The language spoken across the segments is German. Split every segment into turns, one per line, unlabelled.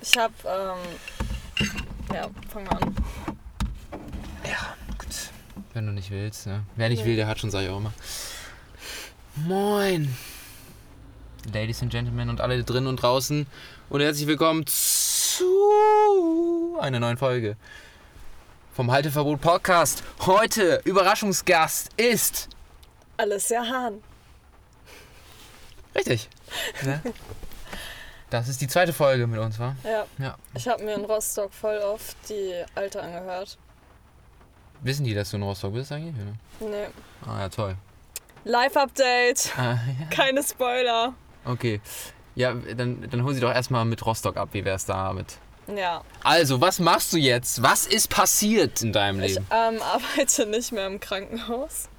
ich habe, ähm, ja, fangen wir an.
Ja, gut. Wenn du nicht willst, ne? Wer nicht will, der hat schon, sag ich auch immer. Moin. Ladies and Gentlemen und alle drinnen und draußen. Und herzlich willkommen zu einer neuen Folge vom Halteverbot Podcast. Heute Überraschungsgast ist.
Alicia Hahn.
Richtig. Ne? Das ist die zweite Folge mit uns, wa?
Ja,
Ja.
ich habe mir in Rostock voll oft die alte angehört.
Wissen die, dass du in Rostock bist eigentlich? oder?
Nee.
Ah ja, toll.
Live-Update.
Ah, ja.
Keine Spoiler.
Okay. Ja, dann, dann holen sie doch erstmal mit Rostock ab. Wie wär's damit?
Ja,
Also, was machst du jetzt? Was ist passiert in deinem
ich
Leben?
ähm, arbeite nicht mehr im Krankenhaus.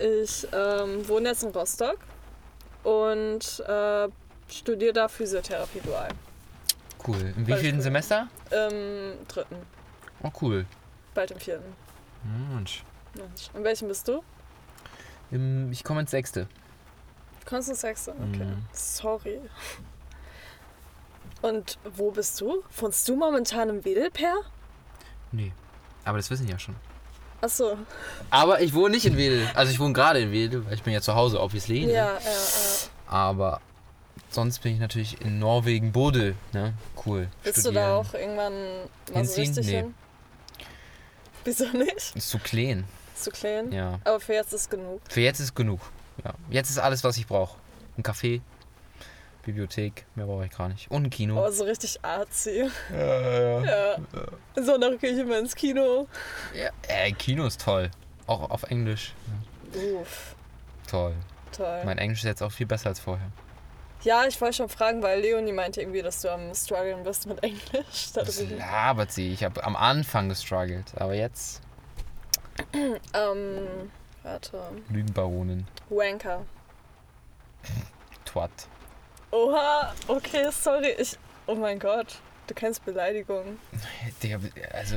Ich ähm, wohne jetzt in Rostock und äh, studiere da Physiotherapie dual.
Cool.
Voll
Im wievielten
cool.
Semester?
Im dritten,
Oh, cool.
bald im vierten.
Mensch.
Mensch. In welchem bist du?
Im, ich komme ins Sechste.
Konstanz Sechste? Okay.
Mhm.
Sorry. Und wo bist du? Wohnst du momentan im Wedelper?
Nee. Aber das wissen die ja schon.
Achso,
Aber ich wohne nicht in Wedel. Also, ich wohne gerade in Wedel, weil ich bin ja zu Hause, obviously. ne?
ja, ja, ja.
Aber sonst bin ich natürlich in Norwegen, Bodø. Ne? Cool.
Willst du da auch irgendwann mal so
Hinziehen?
richtig
Nee.
hin? Wieso nicht?
Ist zu klein.
Ist Zu klein?
Ja.
Aber für jetzt ist genug.
Für jetzt ist genug. Ja. Jetzt ist alles, was ich brauche. Ein Café, Bibliothek, mehr brauche ich gar nicht. Und ein Kino.
Aber so richtig arzi.
Oh. Ja,
Ja. In so einer Küche mal ins Kino.
Äh, Kino ist toll. Auch auf Englisch.
Uff,
Toll.
toll.
Mein Englisch ist jetzt auch viel besser als vorher.
ja, ich wollte schon fragen, weil Leonie meinte irgendwie, dass du am struggeln bist mit Englisch. Da
Das
drüben.
labert sie. Ich habe am Anfang gestruggelt, aber jetzt
Ähm, warte.
Lügenbaronin.
Wanker.
Twat.
Oha, okay, sorry. Ich, oh mein Gott, du kennst Beleidigungen.
Digga, also.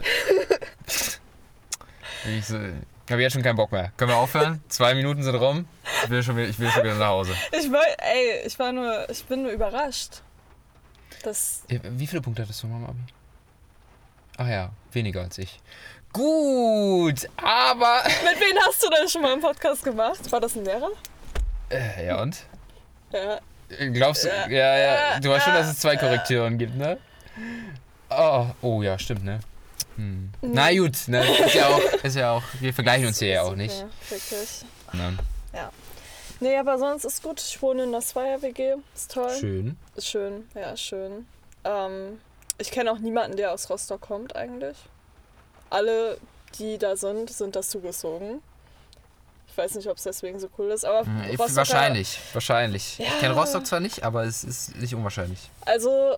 ich so, ich habe jetzt schon keinen Bock mehr. Können wir aufhören? Zwei Minuten sind rum. Ich will schon wieder, ich will schon wieder nach Hause.
Ich wollte, ey, ich war nur, ich bin nur überrascht. Das,
Wie viele Punkte hattest du mal im Abi? Ach Ah ja, weniger als ich. Gut, aber.
Mit wem hast du denn schon mal einen Podcast gemacht? War das ein Lehrer?
Äh, ja und?
Ja.
Glaubst du, ja,
Ja.
ja, du weißt schon,
Ja.
dass es zwei Korrekturen gibt, ne? Oh, oh ja, stimmt, ne? Hm.
Mhm.
Na gut, ne? Ist ja auch, ist ja auch, wir vergleichen uns hier ja auch nicht.
Ja, wirklich.
Ne?
Nee, aber sonst ist gut. Ich wohne in einer Zweier-WG. Ist toll. Schön.
Schön.
Ist schön, ja, schön. Ähm, ich kenne auch niemanden, der aus Rostock kommt eigentlich. Alle, die da sind, sind das zugezogen. Ich weiß nicht, ob es deswegen so cool ist, aber
Hm, ich-
Rostocker-
Wahrscheinlich, wahrscheinlich. Ich
Ja.
kenne Rostock zwar nicht, aber es ist nicht unwahrscheinlich.
Also,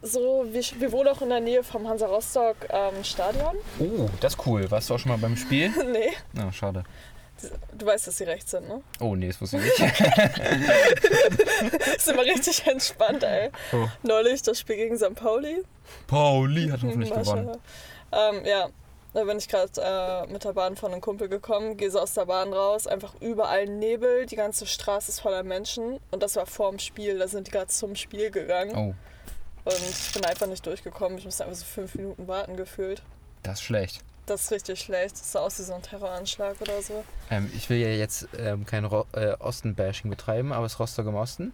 so, wir, wir wohnen auch in der Nähe vom Hansa Rostock ähm, Stadion.
Oh, das ist cool. Warst du auch schon mal beim Spiel?
nee,
Na, schade.
du weißt, dass sie rechts sind, ne?
Oh, nee, das wusste ich nicht.
Ist immer richtig entspannt, ey.
Oh.
Neulich das Spiel gegen St. Pauli.
Pauli hat hoffentlich
War
gewonnen.
schon- Ähm, ja, da bin ich gerade äh, mit der Bahn von einem Kumpel gekommen, gehe so aus der Bahn raus, einfach überall Nebel, die ganze Straße ist voller Menschen und das war vorm Spiel, da sind die gerade zum Spiel gegangen
Oh,
und ich bin einfach nicht durchgekommen, ich musste einfach so fünf Minuten warten gefühlt.
das ist schlecht.
Das ist richtig schlecht, das sah aus wie so ein Terroranschlag oder so.
Ähm, ich will ja jetzt ähm, kein Ro äh, Osten-Bashing betreiben, aber es ist Rostock im Osten.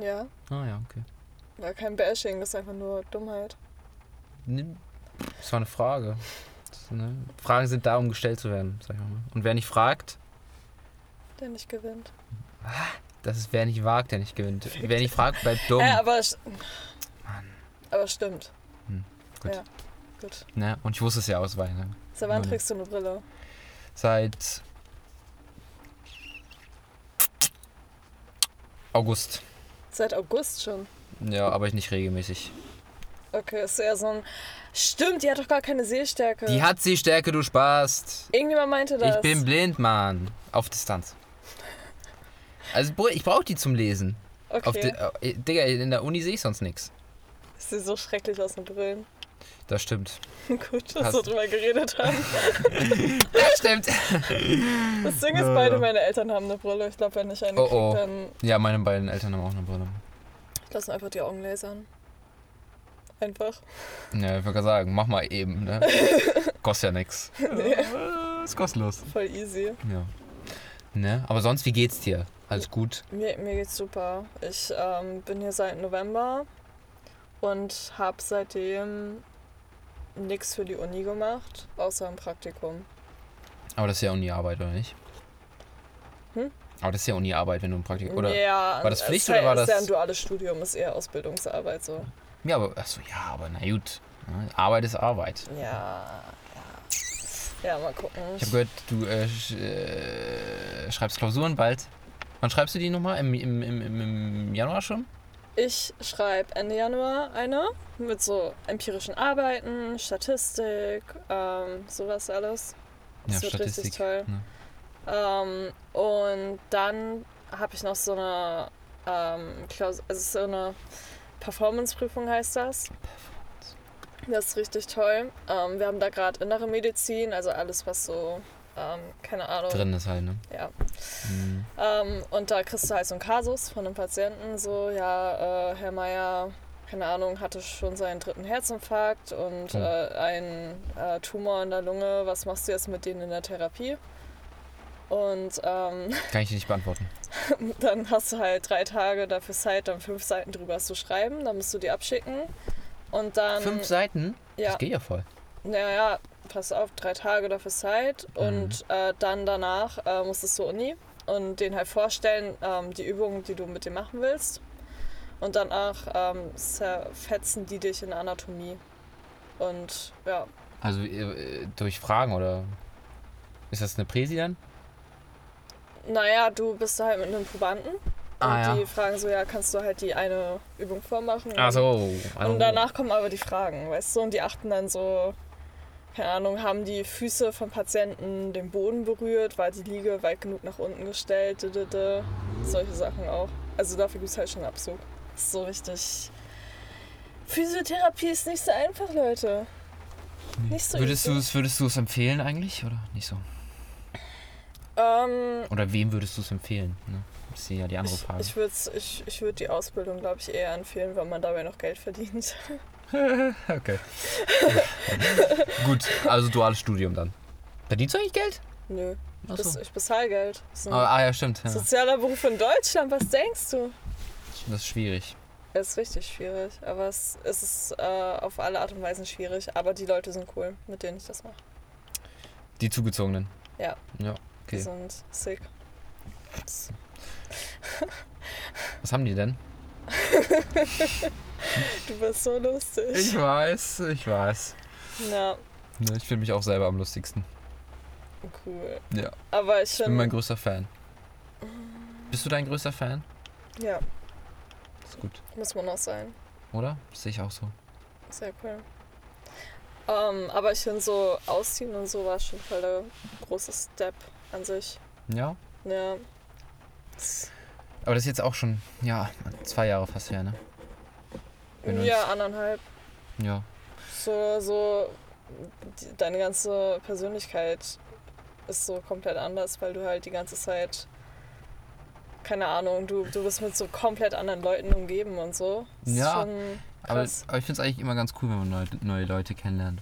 Ja,
Ah ja, okay.
war kein Bashing, das ist einfach nur Dummheit.
Nimm- Das war eine Frage. Das ist eine- Fragen sind da, um gestellt zu werden, sag ich mal. Und wer nicht fragt,
Der nicht gewinnt.
das ist wer nicht wagt, der nicht gewinnt. Wer nicht fragt, bleibt dumm.
Äh, aber. sch- Aber stimmt.
Hm, gut.
Ja, gut.
ne? Und ich wusste es ja aus Weihnachten.
Seit wann
Nun.
trägst du eine Brille?
Seit August.
Seit August schon.
Ja, aber ich nicht regelmäßig.
Okay, ist eher so ein. Stimmt, die hat doch gar keine Sehstärke.
Die hat sie Stärke, du sparst.
Irgendjemand meinte das.
Ich bin blind, Mann. Auf Distanz. Also Bruder, ich brauche die zum Lesen. Auf
okay.
di äh, Digga, in der Uni sehe ich sonst nichts.
Ist sie so schrecklich aus den Brillen?
Das stimmt.
Gut, dass
Hast-
wir drüber geredet haben.
Das stimmt.
Das Ding ist,
Ja,
beide
ja.
meine Eltern haben eine Brille. Ich glaube, wenn ich eine
Oh,
kriege,
oh.
dann
Ja, meine beiden Eltern haben auch eine Brille.
lassen einfach die Augen lasern. Einfach.
Ja, ich wollte gerade sagen, mach mal eben, ne? Kostet ja nix. Äh, Ist kostenlos.
Voll easy.
Ja. Ne? Aber sonst, wie geht's dir? Alles gut?
Mir, mir geht's super. Ich ähm, bin hier seit November und habe seitdem nichts für die Uni gemacht, außer ein Praktikum.
Aber das ist ja Uni-Arbeit, oder nicht?
Hm?
Aber das ist ja Uni-Arbeit, wenn du ein Praktikum... Oder?
ja,
war das
es
Pflicht
ist
oder
ja-
war
es Ist ja
das-
ein duales Studium, ist eher Ausbildungsarbeit so.
Ja, aber... Achso, ja, aber na gut. Ne? Arbeit ist Arbeit.
Ja, ja. Ja, mal gucken.
Ich habe gehört, du äh, sch, äh, schreibst Klausuren bald. Wann schreibst du die nochmal? Im, im, im, im, Im Januar schon?
Ich schreibe Ende Januar eine mit so empirischen Arbeiten, Statistik, ähm, sowas alles. Das wird richtig toll.
ne?
Ähm, und dann habe ich noch so eine ähm, Klaus also so eine Performance-Prüfung heißt das. Das ist richtig toll. Ähm, wir haben da gerade innere Medizin, also alles, was so, ähm, keine Ahnung.
Drin ist halt, ne?
Ja.
Mhm.
Ähm, und da kriegst du halt so einen Kasus von einem Patienten, so, ja, äh, Herr Meier, keine Ahnung, hatte schon seinen dritten Herzinfarkt und
Oh.
äh, einen äh, Tumor in der Lunge. Was machst du jetzt mit denen in der Therapie? Und ähm,
Kann ich dir nicht beantworten.
dann hast du halt drei Tage dafür Zeit, dann fünf Seiten drüber zu schreiben. Dann musst du die abschicken. Und dann.
Fünf Seiten?
Ja,
Das geht ja voll.
naja, pass auf, drei Tage dafür Zeit
Mhm.
und äh, dann danach äh, musstest du Uni und den halt vorstellen, ähm, die Übungen, die du mit dem machen willst. Und danach ähm, zerfetzen die dich in Anatomie. Und ja,
Also äh, durch Fragen oder... Ist das eine Präsi dann?
naja, du bist da halt mit einem Probanden. und
Ah, ja.
die fragen so, ja, kannst du halt die eine Übung vormachen?
Ach so. also-
Und danach kommen aber die Fragen, weißt du? Und die achten dann so, keine Ahnung, haben die Füße vom Patienten den Boden berührt, war die Liege weit genug nach unten gestellt, d -d -d. solche Sachen auch. Also dafür gibt es halt schon einen Abzug. Ist so richtig. Physiotherapie ist nicht so einfach, Leute. Nicht so
Würdest du
easy.
es würdest du es empfehlen eigentlich oder nicht so?
Ähm,
Oder wem würdest du es empfehlen? Ne? Das ist ja die andere
ich
Frage.
ich würde ich, ich würd die Ausbildung, glaube ich, eher empfehlen, weil man dabei noch Geld verdient.
okay. Gut, also duales Studium dann. Verdienst du eigentlich Geld?
Nö,
Ach
das,
so.
ich bezahle Geld. Das ist ein
Ah ah, ja, stimmt. Ja.
sozialer Beruf in Deutschland, was denkst du?
Das ist schwierig.
Es ist richtig schwierig, aber es, es ist äh, auf alle Art und Weisen schwierig. Aber die Leute sind cool, mit denen ich das mache.
Die zugezogenen.
Ja.
Ja,
Die
okay.
sind sick. S-
Was haben die denn?
Du bist so lustig.
weiß, ich weiß.
Na,
Ne, Ich finde mich auch selber am lustigsten.
cool.
Ja.
Aber ich
Ich bin mein
finde.
größter Fan. Bist du dein größter Fan?
Ja,
Mhm. Ist gut,
muss man auch sein.
oder? Das sehe ich auch so.
Sehr cool. Ähm, aber ich finde so ausziehen und so war schon voll der große Step an sich.
Ja.
Ja. S-
Aber das ist jetzt auch schon, ja, zwei Jahre fast her, ne? Wenn du
Ja,
uns-
anderthalb.
Ja.
So, so die, deine ganze Persönlichkeit ist so komplett anders, weil du halt die ganze Zeit, keine Ahnung, du, du bist mit so komplett anderen Leuten umgeben und so. Das ist
Ja,
schon
Aber, aber
krass.
ich finde es eigentlich immer ganz cool, wenn man neue, neue Leute kennenlernt.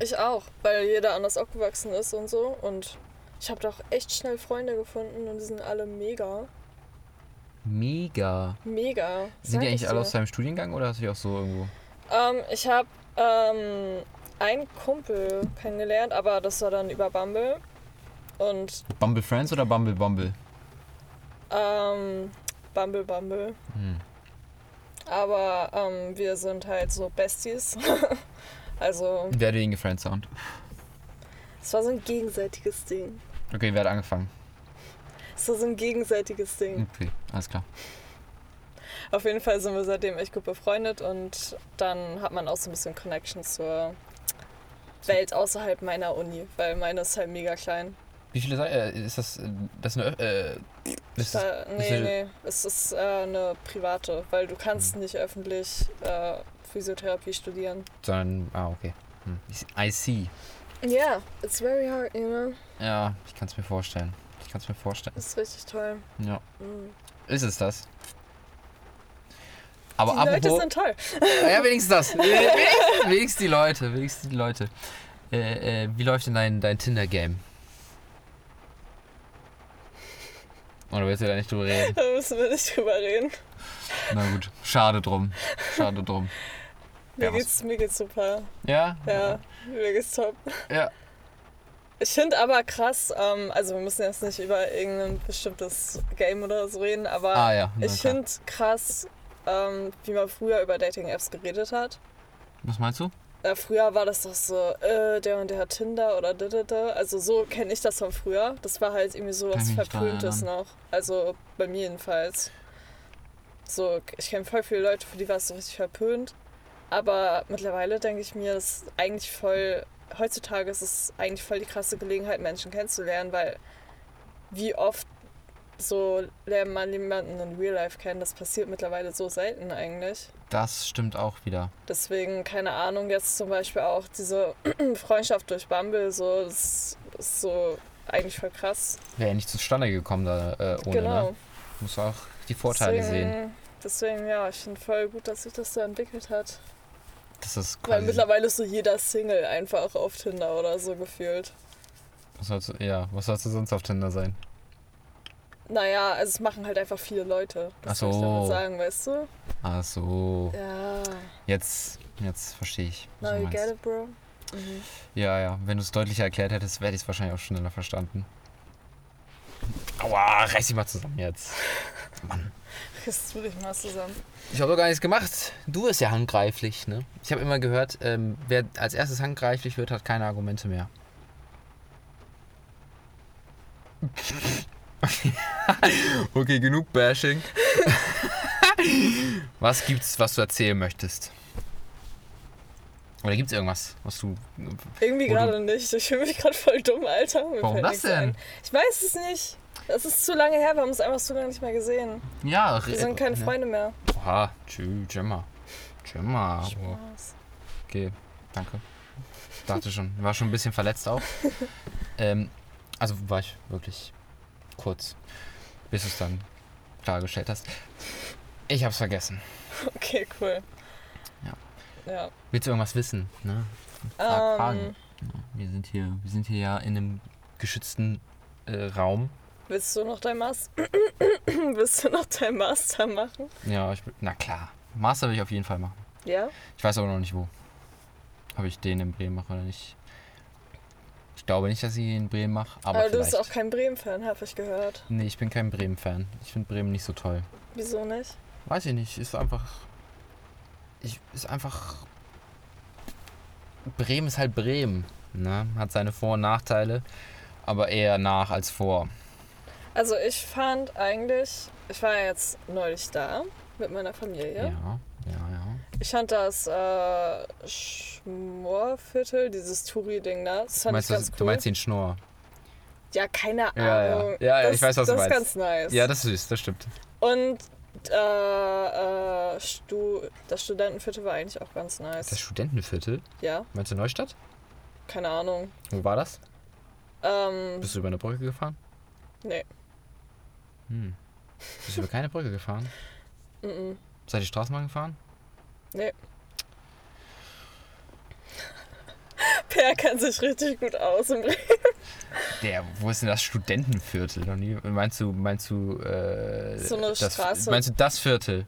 Ich auch, weil jeder anders aufgewachsen ist und so. Und ich habe doch echt schnell Freunde gefunden und die sind alle mega.
Mega.
Mega.
Sind
Sag
die
ich
eigentlich
dir.
alle aus deinem Studiengang oder hast du die auch so irgendwo?
Ähm, ich habe ähm, einen Kumpel kennengelernt, aber das war dann über Bumble. Und
Bumble Friends oder Bumble Bumble?
Ähm, Bumble Bumble.
Hm.
Aber ähm, wir sind halt so Besties. also,
Wer hat ihn gefriends sound?
es war so ein gegenseitiges Ding.
Okay, wer hat angefangen?
Es war so ein gegenseitiges Ding.
Okay, alles klar.
Auf jeden Fall sind wir seitdem echt gut befreundet und dann hat man auch so ein bisschen Connection zur Welt außerhalb meiner Uni, weil meine ist halt mega klein.
Wie viele Seiten? Äh, ist das. äh, Das ist eine. Öff- Äh, ist das,
Da, nee,
eine- Hm.
nee, es ist äh, eine private, weil du kannst nicht öffentlich äh, Physiotherapie studieren.
sondern. Ah, okay. Hm. Ich- I see.
Ja, it's very hard, you know.
Ja, ich kann es mir vorstellen. Ich kann es mir vorstellen.
Mhm. Ist richtig toll.
Ja.
Mhm.
Ist es das? Aber
die Leute
apropos,
sind toll.
ja, wenigstens das. Äh, Wenigstens, wenigstens die Leute, wenigstens die Leute. Äh, äh, wie läuft denn dein, dein Tinder-Game? Oder willst du Oh, da nicht drüber reden?
Da müssen wir nicht drüber reden.
Na gut, schade drum. Schade drum.
Mir,
Ja, was-
geht's, mir geht's super.
Ja?
Ja, mir geht's top.
Ja.
Ich finde aber krass, ähm, also wir müssen jetzt nicht über irgendein bestimmtes Game oder so reden, aber
Ah ja. na
ich
klar.
finde krass, ähm, wie man früher über Dating-Apps geredet hat.
Was meinst du?
Äh, früher war das doch so, äh, der und der hat Tinder oder da, da, da. Also so kenne ich das von früher. Das war halt irgendwie so
Kann
was
ich mich dran
Verpöntes noch. Also bei mir jedenfalls. So, ich kenne voll viele Leute, für die war es so richtig verpönt. Aber mittlerweile denke ich mir, das ist eigentlich voll, heutzutage ist es eigentlich voll die krasse Gelegenheit, Menschen kennenzulernen, weil wie oft so lernt man jemanden in Real Life kennen, das passiert mittlerweile so selten eigentlich.
Das stimmt auch wieder.
Deswegen, keine Ahnung, jetzt zum Beispiel auch diese Freundschaft durch Bumble, so, das ist so eigentlich voll krass.
Wäre ja nicht zustande gekommen da äh, ohne.
genau.
Ne? Muss auch die Vorteile sehen.
Deswegen, ja, ich finde voll gut, dass sich das so entwickelt hat.
Das ist
Weil
quasi,
mittlerweile ist so jeder Single einfach auf Tinder oder so gefühlt.
was sollst du, ja, was sollst du sonst auf Tinder sein?
Naja, also es machen halt einfach viele Leute. Das
Ach
will ich
so.
damit sagen, weißt du?
Ach so.
Ja.
Jetzt, jetzt verstehe ich. was
Now you
du meinst.
get it, bro. Mhm.
Ja, ja. Wenn du es deutlicher erklärt hättest, wäre ich es wahrscheinlich auch schneller verstanden. Aua, reiß dich mal zusammen jetzt.
Kriegst du dich mal zusammen.
Ich habe doch gar nichts gemacht. Du bist ja handgreiflich, ne? Ich habe immer gehört, ähm, wer als erstes handgreiflich wird, hat keine Argumente mehr. okay, genug Bashing. was gibt's, was du erzählen möchtest? Oder gibt's irgendwas, was du.
Irgendwie
Wo du-
gerade nicht. Ich fühle mich gerade voll dumm, Alter. Mir
Warum
fällt
das
nichts
denn?
ein. Ich weiß es nicht. Das ist zu lange her, wir haben uns einfach zu lange nicht mehr gesehen.
Ja, äh,
Wir sind
ne?
keine Freunde mehr.
Oha, tschüss, Gemma. Gemma. oh.
Was?
Okay, danke. Dachte schon, war schon ein bisschen verletzt auch. ähm, also war ich wirklich kurz, bis du es dann klargestellt hast. Ich hab's vergessen.
Okay, cool. Ja.
Willst du irgendwas wissen? Ne? Frag
Ja. Ähm,
Fragen. Wir sind hier, wir sind hier ja in einem geschützten äh, Raum.
willst du noch dein Master? willst du noch dein Master machen?
Ja, ich, na klar. Master will ich auf jeden Fall machen.
Ja?
Ich weiß aber noch nicht wo. Ob ich den in Bremen mache oder nicht. Ich glaube nicht, dass ich ihn in Bremen mache, aber,
Aber, du
vielleicht.
bist auch kein Bremen-Fan, habe ich gehört.
nee, ich bin kein Bremen-Fan. Ich finde Bremen nicht so toll.
Wieso nicht?
Weiß ich nicht, ist einfach. Ich, ist einfach. Bremen ist halt Bremen. Ne? Hat seine Vor- und Nachteile, aber eher nach als vor.
Also ich fand eigentlich, ich war ja jetzt neulich da mit meiner Familie.
Ja, ja, ja.
Ich fand das äh, Schmorviertel, dieses Touri-Ding da, das fand
meinst,
ich
du-
ganz
du
cool.
meinst den Schnorr?
ja, keine
Ja, ja.
Ahnung.
Ja, ja,
das,
ich weiß, was du
Das ist
meinst.
ganz nice.
Ja, das ist süß, das stimmt.
Und äh, äh, Stu das Studentenviertel war eigentlich auch ganz nice.
Das Studentenviertel?
ja,
Meinst du Neustadt?
keine Ahnung.
Wo war das?
Ähm,
Bist du über eine Brücke gefahren?
nee.
Hm. Bist du über keine Brücke gefahren?
mhm.
Seid ihr Straßenbahn gefahren?
Per kann sich richtig gut aus. im Re-
Der, wo ist denn das Studentenviertel? Noch nie, meinst du, meinst du, äh,
So eine
das,
Straße.
Meinst du das Viertel?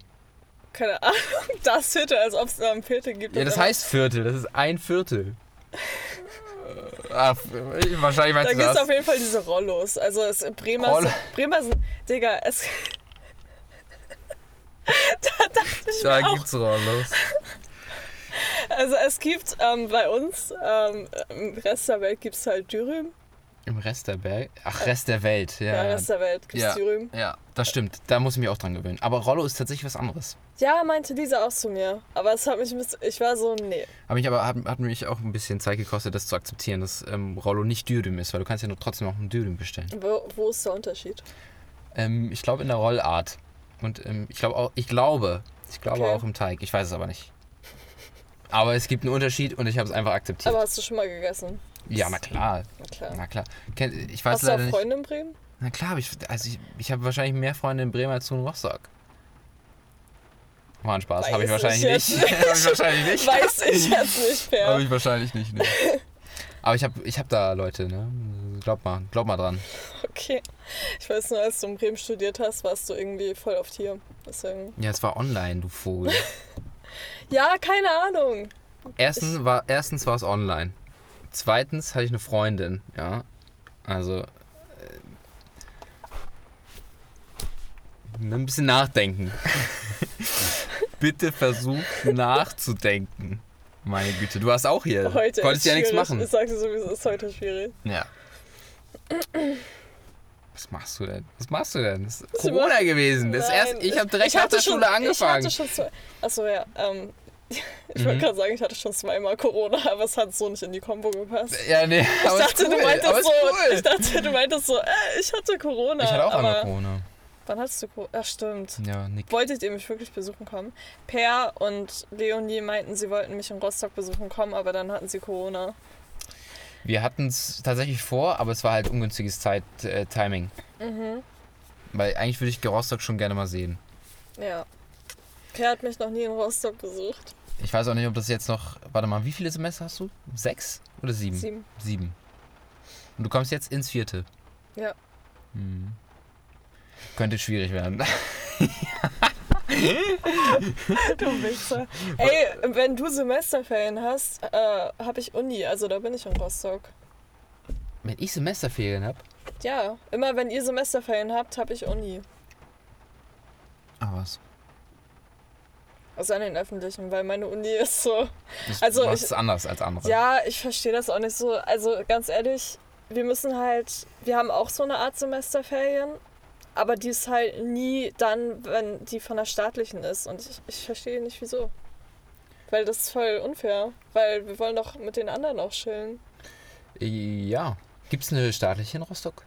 Keine Ahnung. Das Viertel, als ob es da ein Viertel gibt.
Ja,
und
das
dann-
heißt Viertel, das ist ein Viertel. Äh, ah, wahrscheinlich
Da
meinst
gibt
du
es
das.
auf jeden Fall diese Rollos. Also es Bremer,
Roll-
Bremer sind, Digga, es,
da gibt's Rollos.
also es gibt ähm, bei uns, ähm, im Rest der Welt gibt es halt Dürüm.
Im Rest der Berg. Ach, Rest der Welt,
Ja,
ja.
im
Ja,
Rest der Welt gibt es
ja,
Dürüm.
ja, das stimmt. Da muss ich mich auch dran gewöhnen. Aber Rollo ist tatsächlich was anderes.
Ja, meinte Lisa auch zu mir. Aber es hat mich, ein bisschen- ich war so, nee.
Aber ich aber hat, hat mich auch ein bisschen Zeit gekostet, das zu akzeptieren, dass ähm, Rollo nicht Dürüm ist, weil du kannst ja nur trotzdem auch einen Dürüm bestellen.
Wo, wo ist der Unterschied?
Ähm, ich glaube in der Rollart. Und ähm, ich glaube auch, ich glaube, ich glaube
Okay.
auch im Teig. Ich weiß es aber nicht. Aber es gibt einen Unterschied und ich habe es einfach akzeptiert.
Aber hast du schon mal gegessen?
ja, na klar.
Na klar.
Na klar. Kennt- Ich weiß
Hast du auch
leider nicht.
Freunde in Bremen?
Na klar, hab ich, also ich, ich habe wahrscheinlich mehr Freunde in Bremen als du in Rostock. War ein Spaß.
Weiß
Habe ich
ich
wahrscheinlich
jetzt
nicht. Habe ich wahrscheinlich nicht.
Weiß ich jetzt nicht
Habe
mehr.
ich wahrscheinlich nicht. Nee. Aber ich habe ich hab da Leute, ne? Glaub mal, glaub mal dran.
Okay. Ich weiß nur, als du in Bremen studiert hast, warst du irgendwie voll oft hier. Deswegen.
Ja, es war online, du Vogel.
Ja, keine Ahnung.
Erstens war, erstens war es online. Zweitens hatte ich eine Freundin, ja. Also. Äh, ein bisschen nachdenken. Bitte versuch nachzudenken. Meine Güte, du warst auch hier.
Heute
Konntest
ist
ja nichts
schwierig.
machen.
Ich sagte sowieso, ist heute schwierig.
Ja. Was machst du denn? Was machst du denn? Das ist
Was
Corona gewesen. Das ist erst,
Nein,
ich habe direkt nach
hatte
der
schon-
Schule angefangen. Mhm.
Ich hatte schon zwei, achso, ja. Ähm, ich wollte gerade sagen, ich hatte schon zweimal Corona, aber es hat so nicht in die Kombo gepasst.
ja, nee,
Ich
aber ist
dachte, du
cool, aber
meintest
ist
so,
cool.
ich dachte, du meintest so, äh, ich hatte Corona.
Ich hatte auch
aber
einmal Corona.
Wann hattest du Corona? Ach, stimmt.
Ja, Nick.
Wolltet ihr mich wirklich besuchen kommen? Per und Leonie meinten, sie wollten mich in Rostock besuchen kommen, aber dann hatten sie Corona.
Wir hatten es tatsächlich vor, aber es war halt ungünstiges Zeit, äh, Timing.
Mhm.
Weil eigentlich würde ich Rostock schon gerne mal sehen.
Ja. Per hat mich noch nie in Rostock besucht.
Ich weiß auch nicht, ob das jetzt noch. Warte mal, wie viele Semester hast du? Sechs oder sieben?
Sieben.
Sieben. Und du kommst jetzt ins vierte.
Ja.
Hm. Könnte schwierig werden.
Du Wichser. Ey, wenn du Semesterferien hast, äh, habe ich Uni, also da bin ich in Rostock.
Wenn ich Semesterferien habe.
Ja, immer wenn ihr Semesterferien habt, habe ich Uni.
Ah, was?
Also an den öffentlichen, weil meine Uni ist so.
Das
Also
also
ich-
ist anders als andere.
Ja, ich verstehe das auch nicht so. Also ganz ehrlich, wir müssen halt, wir haben auch so eine Art Semesterferien, aber die ist halt nie dann, wenn die von der staatlichen ist. Und ich, ich verstehe nicht wieso. Weil das ist voll unfair. Weil wir wollen doch mit den anderen auch chillen.
Ja. Gibt es eine staatliche in Rostock?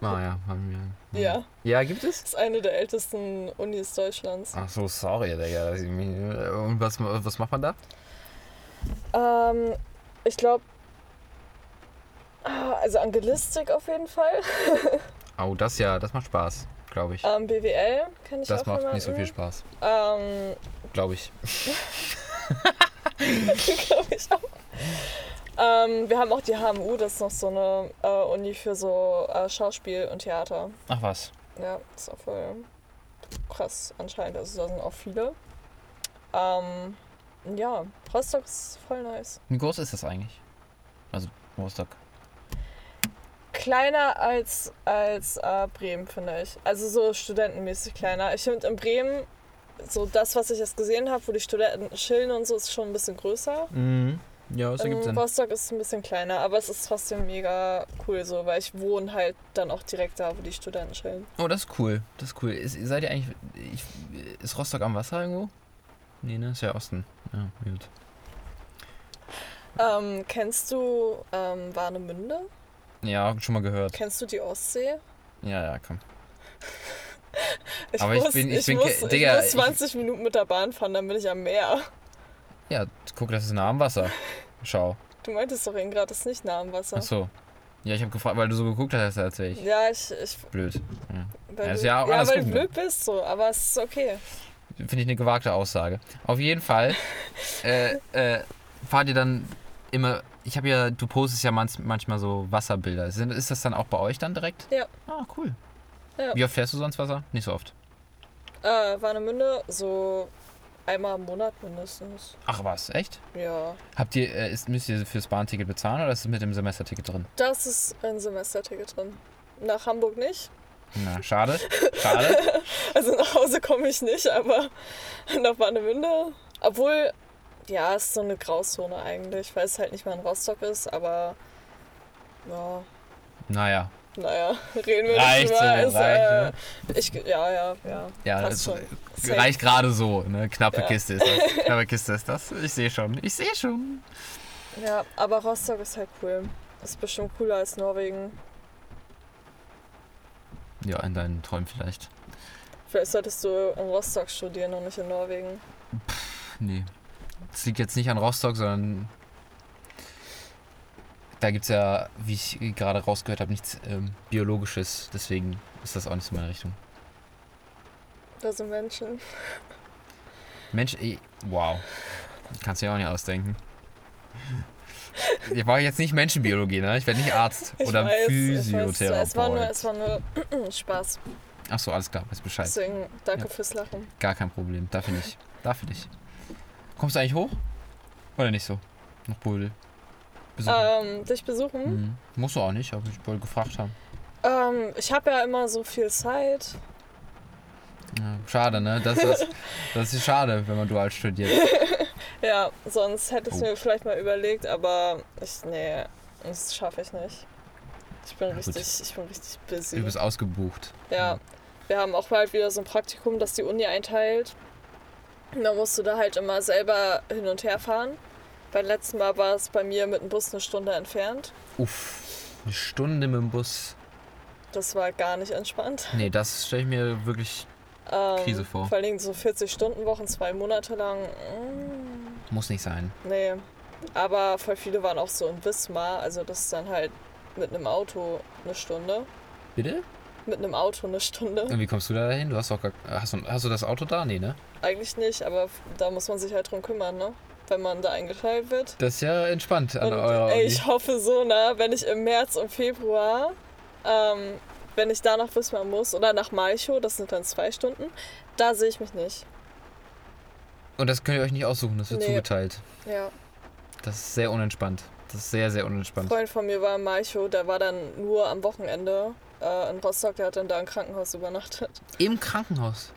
Ah ja, haben wir.
Ja.
Ja, gibt es?
Das ist eine der ältesten Unis Deutschlands.
Ach so, sorry, Digga. dass ich mich- äh, Und was, was macht man da?
Ähm, ich glaube. Also Angelistik auf jeden Fall.
Oh, das ja, das macht Spaß, glaube ich.
Ähm, BWL kann ich ne? auch
das macht nicht so
jemanden.
viel Spaß,
Ähm,
glaube ich.
glaube ich auch. Ähm, wir haben auch die HMU, das ist noch so eine äh, Uni für so äh, Schauspiel und Theater.
Ach was.
Ja, ist auch voll krass anscheinend. Also da sind auch viele. Ähm, ja, Rostock ist voll nice.
Wie groß ist das eigentlich? Also, Rostock.
Kleiner als, als äh, Bremen, finde ich. Also so studentenmäßig kleiner. Ich finde in Bremen, so das, was ich jetzt gesehen habe, wo die Studenten chillen und so, ist schon ein bisschen größer.
Mhm. Ja, was ergibt
In
Sinn.
Rostock ist es ein bisschen kleiner, aber es ist trotzdem mega cool so, weil ich wohne halt dann auch direkt da, wo die Studenten chillen.
Oh, das ist cool. Das ist cool. Ist, seid ihr eigentlich. Ich, ist Rostock am Wasser irgendwo? Nee, ne? Ist ja Osten. Ja, gut.
Ähm, kennst du ähm, Warnemünde?
Ja, schon mal gehört.
Kennst du die Ostsee?
Ja, ja, komm.
Ich
Aber ich bin- ich bin ke-
muss,
Digga,
ich muss
ich-
20 Minuten mit der Bahn fahren, dann bin ich am Meer.
Ja, guck, das ist nah am Wasser. Schau.
Du meintest doch eben gerade, das ist nicht nah am Wasser.
Ach so. Ja, ich habe gefragt, weil du so geguckt hast, als ich.
Ja, ich, ich
Blöd.
weil
Ja, ist
du,
ja auch
ja
alles
weil du
gut, ne?
blöd bist so, aber es ist okay.
Finde ich eine gewagte Aussage. Auf jeden Fall äh, äh, fahrt ihr dann immer. Ich habe ja, du postest ja manch, manchmal so Wasserbilder. Sind, ist das dann auch bei euch dann direkt?
Ja.
Ah, cool.
Ja.
Wie oft fährst du sonst Wasser? Nicht so oft.
Äh, Warnemünde so einmal im Monat mindestens.
Ach was, echt?
Ja,
Habt ihr, äh, ist, müsst ihr fürs Bahnticket bezahlen oder ist es mit dem Semesterticket drin?
das ist ein Semesterticket drin. Nach Hamburg nicht.
Na, schade. Schade.
Also nach Hause komme ich nicht, aber nach Warnemünde. Obwohl, ja, ist so eine Grauzone eigentlich, weil es halt nicht mal in Rostock ist, aber ja,
naja.
naja, reden wir
Reicht,
nicht drüber.
äh,
Ist,
reicht,
äh, ich, ja, ja, ja.
Ja,
passt
das äh,
schon. Safe.
reicht gerade so. Ne? Knappe
Ja.
Kiste ist das. Knappe Kiste ist das. Ich sehe schon. Ich sehe schon.
Ja, aber Rostock ist halt cool. Ist bestimmt cooler als Norwegen.
Ja, in deinen Träumen vielleicht.
Vielleicht solltest du in Rostock studieren und nicht in Norwegen.
Nee. Das liegt jetzt nicht an Rostock, sondern da gibt es ja, wie ich gerade rausgehört habe, nichts ähm, Biologisches. Deswegen ist das auch nicht so meine Richtung.
Da sind Menschen.
Mensch, eh, wow. Kannst du ja auch nicht ausdenken. Ich war jetzt nicht Menschenbiologie, ne? Ich werde nicht Arzt
Ich
oder
weiß, Ich weiß, es war nur,
Physiotherapeut.
es war nur Spaß.
Ach so, alles klar, weiß Bescheid.
Deswegen danke
Ja.
fürs Lachen.
Gar kein Problem. Dafür nicht. Dafür nicht. Kommst du eigentlich hoch? Oder nicht so? Nach Brüdel. Besuchen.
Ähm, dich besuchen?
Mhm. Musst du auch nicht, aber ich wollte gefragt haben.
Ähm, ich habe ja immer so viel Zeit.
Ja, schade, ne? Das ist, das ist schade, wenn man dual studiert.
Ja, sonst hätte ich
Oh.
mir vielleicht mal überlegt, aber ich, nee, das schaffe ich nicht. Ich bin
Ja, gut.
richtig, ich bin richtig busy.
Du bist ausgebucht.
Ja, wir haben auch bald wieder so ein Praktikum, das die Uni einteilt. Und da musst du da halt immer selber hin und her fahren. Beim letzten Mal war es bei mir mit dem Bus eine Stunde entfernt.
Uff. Eine Stunde mit dem Bus.
Das war gar nicht entspannt.
Nee, das stelle ich mir wirklich.
Ähm,
Krise vor.
Vor allen Dingen so 40-Stunden-Wochen, zwei Monate lang. mm,
Muss nicht sein.
Nee. Aber voll viele waren auch so in Wismar. Also das ist dann halt mit einem Auto eine Stunde.
Bitte?
Mit einem Auto eine Stunde.
Und wie kommst du da hin? Du hast doch gar. Hast du, hast du das Auto da? Nee, ne?
Eigentlich nicht, aber f- da muss man sich halt drum kümmern, ne? Wenn man da eingeteilt wird.
Das ist ja entspannt an
Und,
eurer
ey,
Uni.
ich hoffe so, ne, wenn ich im März und Februar, ähm, wenn ich da nach Wismar muss oder nach Malchow, das sind dann zwei Stunden, da sehe ich mich nicht.
Und das könnt ihr euch nicht aussuchen, das wird
Nee.
zugeteilt.
Ja.
Das ist sehr unentspannt. Das ist sehr, sehr
Ein
unentspannt.
Freund von mir war in Malchow, der war dann nur am Wochenende äh, in Rostock, der hat dann da im Krankenhaus übernachtet.
Im Krankenhaus.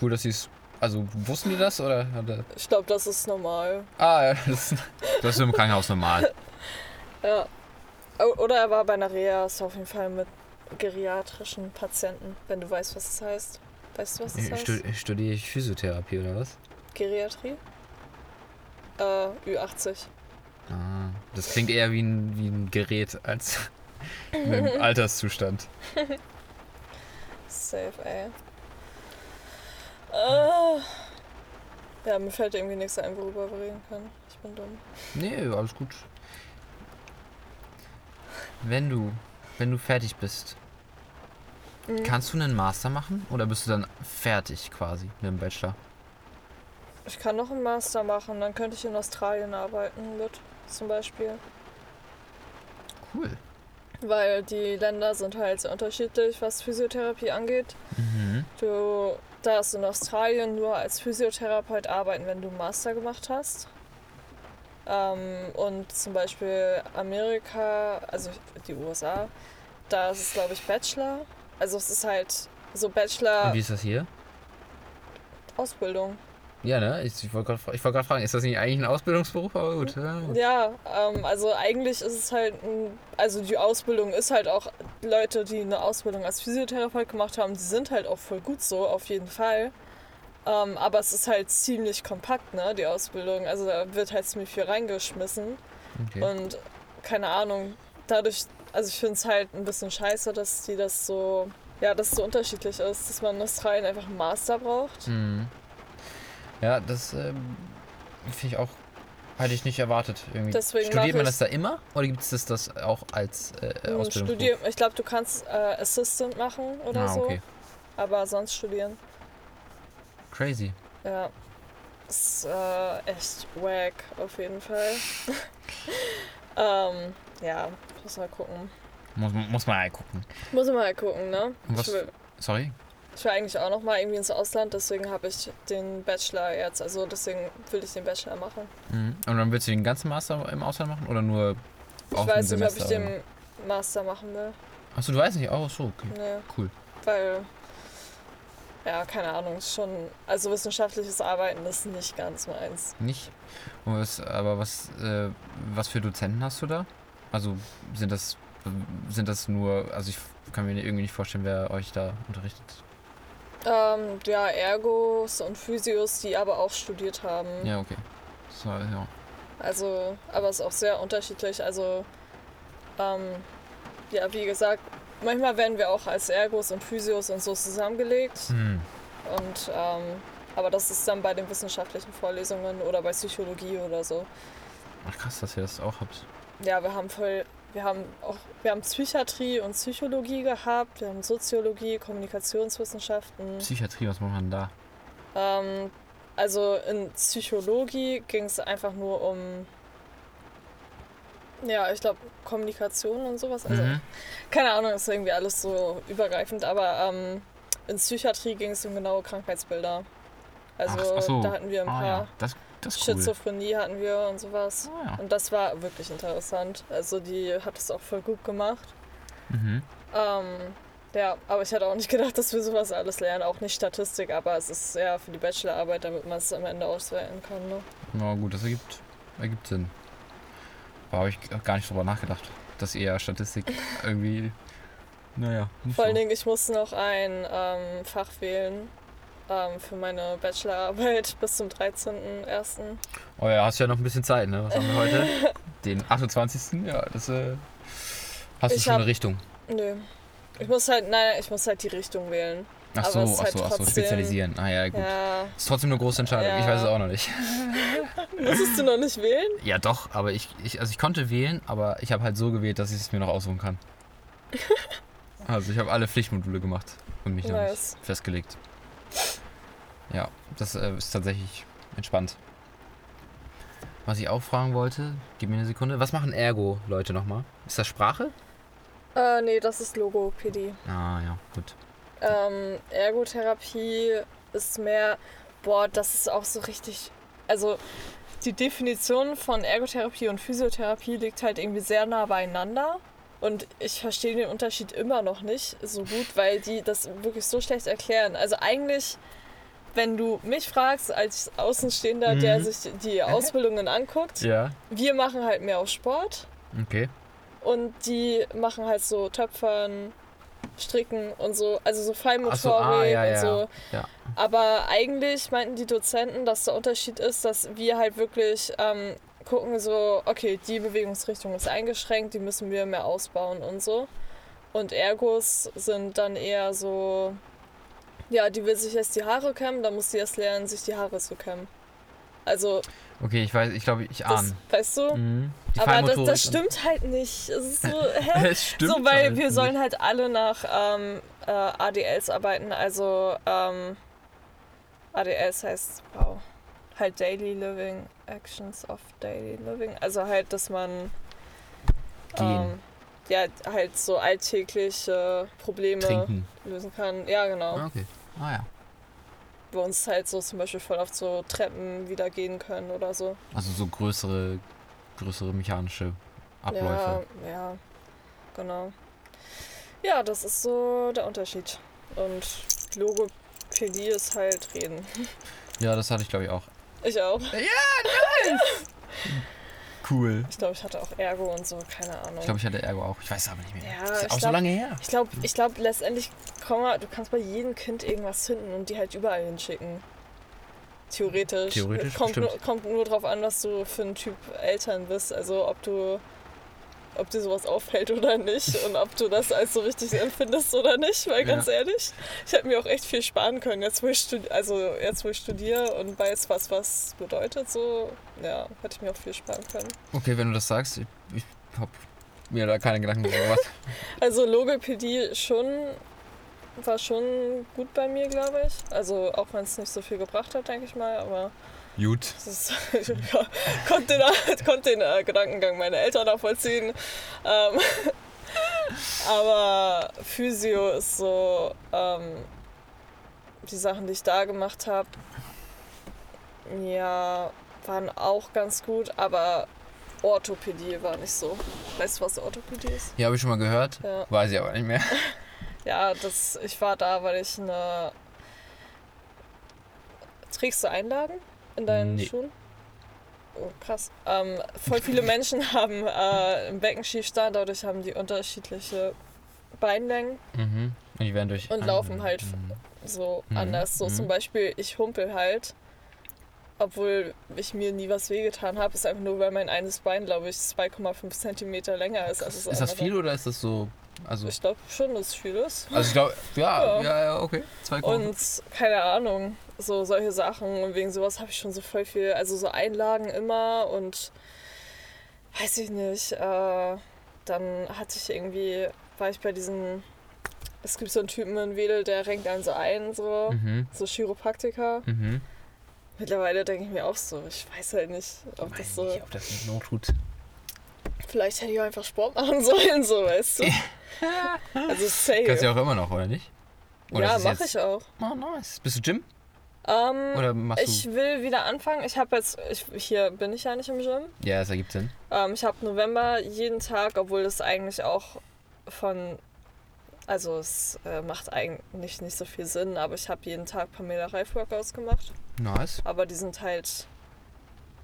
Cool, dass sie es. Also wussten die das oder? oder?
Ich glaube, das ist normal.
Ah, ja, das, das ist im Krankenhaus normal.
Ja. O- Oder er war bei einer Reha, ist auf jeden Fall mit geriatrischen Patienten, wenn du weißt, was es heißt. Weißt du, was es
Äh,
heißt?
stu- äh, Studiere ich Physiotherapie oder was?
Geriatrie? Äh, Ü80.
Ah, das klingt eher wie ein, wie ein Gerät als ein Alterszustand.
Safe, ey. Ah. Ja, mir fällt irgendwie nichts ein, worüber wir reden können. Ich bin dumm.
Nee, alles gut. Wenn du, wenn du fertig bist,
Mhm.
kannst du einen Master machen oder bist du dann fertig quasi mit dem Bachelor?
Ich kann noch einen Master machen, dann könnte ich in Australien arbeiten mit, zum Beispiel.
Cool.
Weil die Länder sind halt sehr unterschiedlich, was Physiotherapie angeht.
Mhm.
Du darfst in Australien nur als Physiotherapeut arbeiten, wenn du einen Master gemacht hast. Ähm, und zum Beispiel Amerika, also die USA, da ist es, glaube ich, Bachelor. Also es ist halt so
Und wie ist das hier?
Bachelor-Ausbildung.
Ja, ne? Ich, ich wollte gerade fra- ich wollte gerade fragen, ist das nicht eigentlich ein Ausbildungsberuf? Aber gut. Ja, gut.
Ja, ähm, also eigentlich ist es halt, ein, also die Ausbildung ist halt auch, Leute, die eine Ausbildung als Physiotherapeut gemacht haben, die sind halt auch voll gut so, auf jeden Fall. Ähm, aber es ist halt ziemlich kompakt, ne, die Ausbildung. Also da wird halt ziemlich viel reingeschmissen.
Okay.
Und keine Ahnung, dadurch, also ich finde es halt ein bisschen scheiße, dass die das so, ja, dass es so unterschiedlich ist, dass man in Australien einfach einen Master braucht.
Mhm. Ja, das ähm, finde ich auch, hätte ich nicht erwartet. Irgendwie.
Deswegen
Studiert
mache
man
ich-
das da immer oder gibt es das, das auch als äh,
Hm,
Ausbildungsberuf?
Studier, ich glaube, du kannst äh, Assistant machen oder
ah,
so,
okay.
aber sonst studieren.
Crazy.
Ja. Ist äh, echt wack, auf jeden Fall. ähm, ja, muss mal gucken.
Muss, muss man angucken.
Muss ich mal gucken, ne?
Und was-
Ich, will,
Sorry?
ich will eigentlich auch noch mal irgendwie ins Ausland, deswegen habe ich den Bachelor jetzt. Also deswegen will ich den Bachelor machen.
Mhm. Und dann willst du den ganzen Master im Ausland machen oder nur
Ich
auf
weiß
ein
nicht, ob ich
Semester? also.
den Master machen will.
Achso, du weißt nicht? Oh, so, okay.
Nee.
Cool.
Weil, ja, keine Ahnung, ist schon, also wissenschaftliches Arbeiten ist nicht ganz meins.
Nicht? Und was, aber was, äh, was für Dozenten hast du da? Also sind das, sind das nur, also ich kann mir irgendwie nicht vorstellen, wer euch da unterrichtet.
Ähm, ja, Ergos und Physios, die aber auch studiert haben.
Ja, okay. So, ja.
Also, aber es ist auch sehr unterschiedlich. Also, ähm, ja, wie gesagt, manchmal werden wir auch als Ergos und Physios und so zusammengelegt.
Hm.
Und, ähm, aber das ist dann bei den wissenschaftlichen Vorlesungen oder bei Psychologie oder so.
Ach krass, dass ihr das auch habt.
Ja, wir haben voll wir haben auch, wir haben Psychiatrie und Psychologie gehabt, wir haben Soziologie, Kommunikationswissenschaften.
Psychiatrie, was macht man da?
Ähm, also in Psychologie ging es einfach nur um, ja, ich glaube, Kommunikation und sowas. Also,
Mhm.
keine Ahnung, ist irgendwie alles so übergreifend, aber ähm, in Psychiatrie ging es um genaue Krankheitsbilder. Also
ach, ach so.
da hatten wir ein
ah,
paar.
ja. Das, das ist cool.
Schizophrenie hatten wir und sowas.
Ah, ja.
Und das war wirklich interessant. Also die hat es auch voll gut gemacht.
mhm.
Ähm, ja, aber ich hätte auch nicht gedacht, dass wir sowas alles lernen. Auch nicht Statistik, aber es ist ja für die Bachelorarbeit, damit man es am Ende auswerten kann. Ne?
Na gut, das ergibt, ergibt Sinn. Da habe ich gar nicht drüber nachgedacht, dass eher Statistik irgendwie. Naja, nicht
Vor allen
so.
Dingen, ich musste noch ein ähm, Fach wählen ähm, für meine Bachelorarbeit bis zum 13.01.
Oh ja, hast ja noch ein bisschen Zeit, ne? Was haben wir heute? Den 28. Ja, das. Äh, hast du
Ich
schon
hab-
eine Richtung?
Nö. Ich muss halt, nein, ich muss halt die Richtung wählen.
Ach
aber
so,
es ist
ach
halt
so, ach so,
trotzdem-
spezialisieren. Ah ja, gut.
Ja.
Ist trotzdem eine große Entscheidung. Ich
Ja.
weiß es auch noch nicht.
Musstest du noch nicht wählen?
Ja, doch, aber ich, ich also ich konnte wählen, aber ich habe halt so gewählt, dass ich es mir noch aussuchen kann. Also ich habe alle Pflichtmodule gemacht und mich noch
Nice.
nicht festgelegt. Ja, das äh, ist tatsächlich entspannt. Was ich auch fragen wollte, gib mir eine Sekunde. Was machen Ergo-Leute nochmal? Ist das Sprache?
Äh, nee, das ist Logopädie.
Ah ja, gut.
Ähm, Ergotherapie ist mehr, boah, das ist auch so richtig. Also die Definition von Ergotherapie und Physiotherapie liegt halt irgendwie sehr nah beieinander. Und ich verstehe den Unterschied immer noch nicht so gut, weil die das wirklich so schlecht erklären. Also eigentlich, wenn du mich fragst als Außenstehender,
Mhm.
der sich die Ausbildungen anguckt,
Ja.
wir machen halt mehr auf Sport.
Okay.
Und die machen halt so Töpfern, Stricken und so, also so Feinmotorik
Ach so, ah, ja, ja,
und so.
ja.
Aber eigentlich meinten die Dozenten, dass der Unterschied ist, dass wir halt wirklich ähm, gucken so, okay, die Bewegungsrichtung ist eingeschränkt, die müssen wir mehr ausbauen und so. Und Ergos sind dann eher so, ja, die will sich jetzt die Haare kämmen, dann muss sie erst lernen, sich die Haare zu kämmen. Also,
Okay, ich weiß, ich glaube, ich
das,
ahne.
weißt du?
Mhm. Die
Aber das,
Feinmotorik
das stimmt halt nicht. Es ist so, hä?
Und, es stimmt.
so, weil
halt
wir
nicht.
sollen halt alle nach ähm, äh, ADLs arbeiten. Also ähm, ADLs heißt, wow, halt Daily Living, Actions of Daily Living. Also halt, dass man ähm,
Gehen.
ja, halt so alltägliche Probleme
Trinken.
lösen kann. Ja, genau.
Ah, okay. Ah ja.
Bei uns halt so zum Beispiel voll oft so Treppen wieder gehen können oder so.
Also so größere, größere mechanische Abläufe.
Ja, ja, genau. Ja, das ist so der Unterschied. Und Logopädie ist halt reden.
Ja, das hatte ich glaube ich auch.
Ich auch.
Cool.
Ich glaube, ich hatte auch Ergo und so, keine Ahnung.
Ich glaube, ich hatte Ergo auch. Ich weiß aber nicht mehr.
Ja,
ist
ich
auch so
glaub-
lange her.
ich glaube, ich glaub, letztendlich, komm mal, du kannst bei jedem Kind irgendwas finden und die halt überall hinschicken. Theoretisch.
Theoretisch,
kommt,
bestimmt.
nur, kommt nur drauf an, was du für ein Typ Eltern bist. Also, ob du. Ob dir sowas auffällt oder nicht und ob du das als so richtig empfindest oder nicht, weil
Ja.
ganz ehrlich, ich hätte mir auch echt viel sparen können, jetzt wo ich, studi also jetzt, wo ich studiere und weiß, was was bedeutet, so, ja, hätte ich mir auch viel sparen können.
Okay, wenn du das sagst, ich, ich hab mir da keine Gedanken drüber gemacht.
Also Logopädie schon war schon gut bei mir, glaube ich. Also auch wenn es nicht so viel gebracht hat, denke ich mal, aber
Gut.
es ist, ich konnte den, konnte den äh, Gedankengang meiner Eltern nachvollziehen. Ähm, aber Physio ist so ähm, die Sachen, die ich da gemacht habe, ja, waren auch ganz gut, aber Orthopädie war nicht so. Weißt du, was Orthopädie ist?
Ja, habe ich schon mal gehört.
Ja.
Weiß ich aber nicht mehr.
Ja, das, ich war da, weil ich eine. Trägst du Einlagen in deinen
Nee.
Schuhen? Oh, krass. Ähm, voll viele Menschen haben äh, einen Beckenschiefstand, dadurch haben die unterschiedliche Beinlängen.
Mhm. Und die werden durch.
Und laufen halt.
Mhm.
So
Mhm,
anders. So
mhm.
zum Beispiel, ich humpel halt, obwohl ich mir nie was wehgetan habe. Ist einfach nur, weil mein eines Bein, glaube ich, 2,5 Zentimeter länger ist als das
Ist das
andere.
viel oder ist das so. Also,
Ich glaube schon, dass es viel ist.
also ich glaube, ja,
Ja.
ja, ja, okay. Zwei Kuchen.
Und keine Ahnung, so solche Sachen. Und wegen sowas habe ich schon so voll viel, also so Einlagen immer und weiß ich nicht, äh, dann hatte ich irgendwie, war ich bei diesen, es gibt so einen Typen in Wedel, der renkt einen so ein, so,
Mhm.
so Chiropraktiker.
Mhm.
Mittlerweile denke ich mir auch so, ich weiß halt nicht, ob
Weiß
das so,
nicht, ob das nicht Not tut.
vielleicht hätte ich auch einfach Sport machen sollen, so, weißt du. Also
Kannst du
safe.
ja auch immer noch, oder nicht? Oder
ja,
ist es
mache
jetzt-
ich auch.
Oh, nice. Bist du Gym?
Ähm,
Oder machst
ich
du.
will wieder anfangen. Ich habe jetzt, ich, hier bin ich ja nicht im Gym.
Ja, das ergibt Sinn.
Ähm, ich habe November jeden Tag, obwohl das eigentlich auch von, also es äh, macht eigentlich nicht so viel Sinn, aber ich habe jeden Tag Pamela Reif Workouts gemacht.
Nice.
Aber die sind halt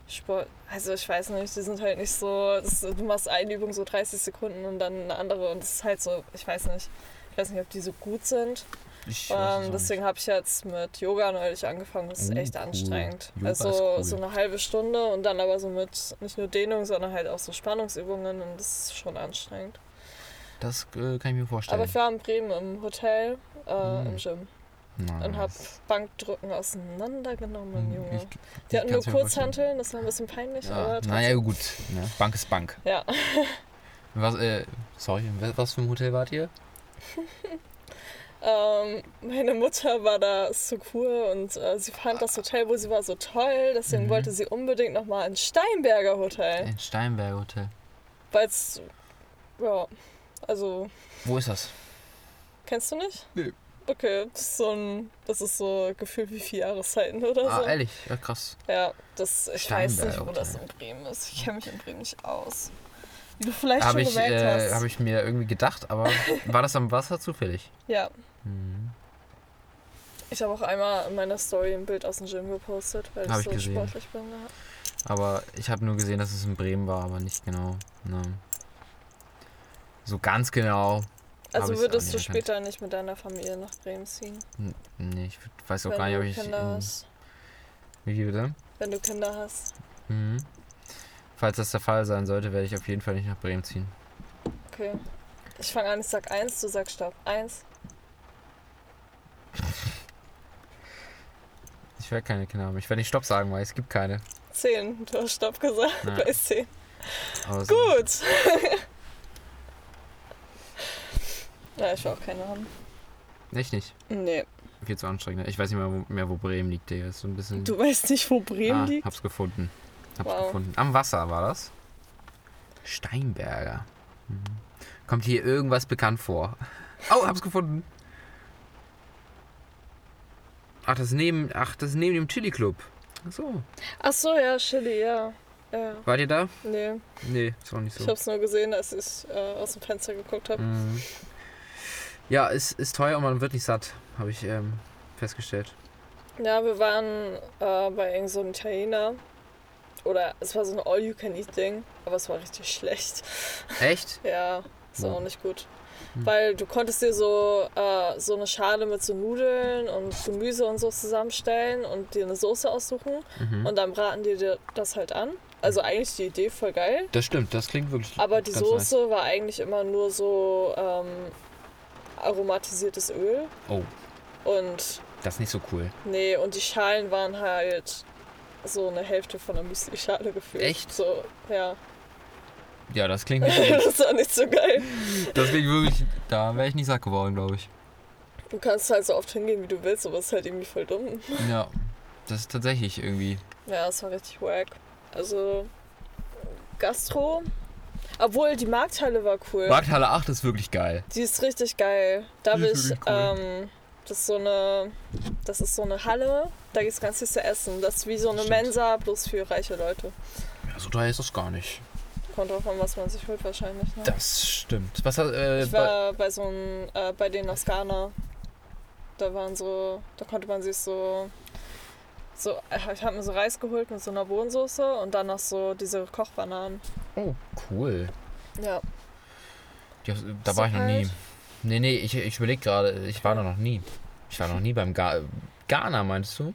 Sport, also ich weiß nicht, die sind halt nicht so, das, du machst eine Übung so 30 Sekunden und dann eine andere und es ist halt so, ich weiß nicht, ich weiß nicht, ob die so gut sind.
Ich weiß es auch
Ähm, deswegen habe ich jetzt mit Yoga neulich angefangen. Das ist
Oh,
echt
cool.
anstrengend.
Yoga
also
ist cool.
so eine halbe Stunde und dann aber so mit nicht nur Dehnung, sondern halt auch so Spannungsübungen und das ist schon anstrengend.
nicht. Das äh, kann ich mir vorstellen.
Aber ich war in Bremen im Hotel, äh,
Mhm.
im Gym
nice.
und habe Bankdrücken auseinandergenommen,
Hm,
Junge.
ich-
Die hatten nur
kann's mir vorstellen.
Kurzhanteln, das war ein bisschen peinlich,
Ja,
aber
naja, gut. Ne? Bank ist Bank.
trotzdem- ja.
Was, äh, sorry, wa- was für ein Hotel wart ihr?
Ähm, meine Mutter war da Sukur und äh, sie fand das Hotel, wo sie war, so toll, deswegen
Mhm.
wollte sie unbedingt nochmal ein Steinberger Hotel.
Ein Steinberg Hotel.
Weil es, ja, also,
Wo ist das?
kennst du nicht?
Nee.
Okay, das ist so ein, das ist so gefühlt wie vier Jahreszeiten oder
Ah,
so.
ehrlich? Ja, krass.
ja, das, ich weiß nicht, wo
Steinberg,
das
okay.
in Bremen ist. Ich kenne mich in Bremen nicht aus. Wie du vielleicht schon
Habe ich,
gemerkt
äh,
hast.
hab ich mir irgendwie gedacht, aber war das am Wasser zufällig?
Ja,
Hm.
ich habe auch einmal in meiner Story ein Bild aus dem Gym gepostet, weil
Hab
ich
ich
so
gesehen.
sportlich bin. Ja.
Aber ich habe nur gesehen, dass es in Bremen war, aber nicht genau. Ne. So ganz genau.
Also
ich's auch
würdest
nicht
du
erkannt.
später nicht mit deiner Familie nach Bremen ziehen?
N- Nee, ich weiß auch
wenn
gar nicht, mm.
du
ob ich.
Kinder
in-
hast.
Wie viel bitte?
Wenn du Kinder hast.
Mhm. Falls das der Fall sein sollte, werde ich auf jeden Fall nicht nach Bremen ziehen.
Okay. Ich fange an, ich sag eins, du sagst Stopp. Eins.
Ich werde keine Kinder haben. Ich werde nicht Stopp sagen, weil es gibt keine.
Zehn. Du hast Stopp gesagt.
Ja.
Bei zehn.
Aber so-
Gut. ja, ich will auch keine haben.
Echt nicht.
Nee.
Viel zu anstrengend. Ich weiß nicht mehr wo, mehr, wo Bremen liegt, Digga. Ist so ein bisschen.
Du weißt nicht, wo Bremen
Mhm. ah,
liegt?
Hab's gefunden. Hab's
Wow.
gefunden. Am Wasser war das. Steinberger. Mhm. Kommt hier irgendwas bekannt vor? Oh, hab's gefunden. Ach, das ist neben, ach, das ist neben dem Chili Club. Ach so.
Ach so, ja, Chili, ja. Ja,
Wart ihr da?
nee.
Nee, ist auch nicht so.
Ich hab's nur gesehen, als ich äh, aus dem Fenster geguckt habe.
Mhm. Ja, es ist teuer und man wird nicht satt, habe ich ähm, festgestellt.
Ja, wir waren äh, bei irgendeinem so einem Italiener. Oder es war so ein All-You-Can-Eat-Ding, aber es war richtig schlecht.
Echt?
Ja, ist
Ja.
auch nicht gut.
Hm.
Weil du konntest dir so, äh, so eine Schale mit so Nudeln und Gemüse und so zusammenstellen und dir eine Soße aussuchen
Mhm.
und dann braten die dir das halt an. Also eigentlich die Idee voll geil.
Das stimmt, das klingt wirklich.
Aber die
ganz
Soße war eigentlich immer nur so ähm, aromatisiertes Öl.
Nice. Oh,
Und
das ist nicht so cool.
nee, und die Schalen waren halt so eine Hälfte von einer Müsli-Schale gefühlt.
Echt?
So, ja.
Ja, das klingt nicht so gut.
das war nicht so geil.
Das klingt wirklich. Da wäre ich nicht satt geworden, glaube ich.
Du kannst halt so oft hingehen, wie du willst, aber es ist halt irgendwie voll dumm.
Ja. Das ist tatsächlich irgendwie.
Ja, es war richtig wack. Also Gastro. Obwohl, die Markthalle war cool.
Markthalle 8 ist wirklich geil.
Die ist richtig geil. Da
Die
bin
ist
ich,
wirklich cool.
ähm, das ist so eine, das ist so eine Halle, da gibt es ganz viel zu essen. Das ist wie so eine
Stimmt.
Mensa, bloß für reiche Leute.
Ja, so teuer ist das gar nicht.
Kommt drauf an, was man sich holt wahrscheinlich. Ne?
Das stimmt. Was hat. Äh,
Ich war bei so einem, äh, bei denen aus Ghana. Da waren so, da konnte man sich so, so, äh, ich habe mir so Reis geholt mit so einer Bohnensoße und dann noch so diese Kochbananen.
oh, cool.
Ja.
Ja, da
So
war ich noch nie.
alt?
Nee, nee, ich, ich überlege gerade, ich war da noch nie. Ich war noch nie beim Ga Ghana, meinst du?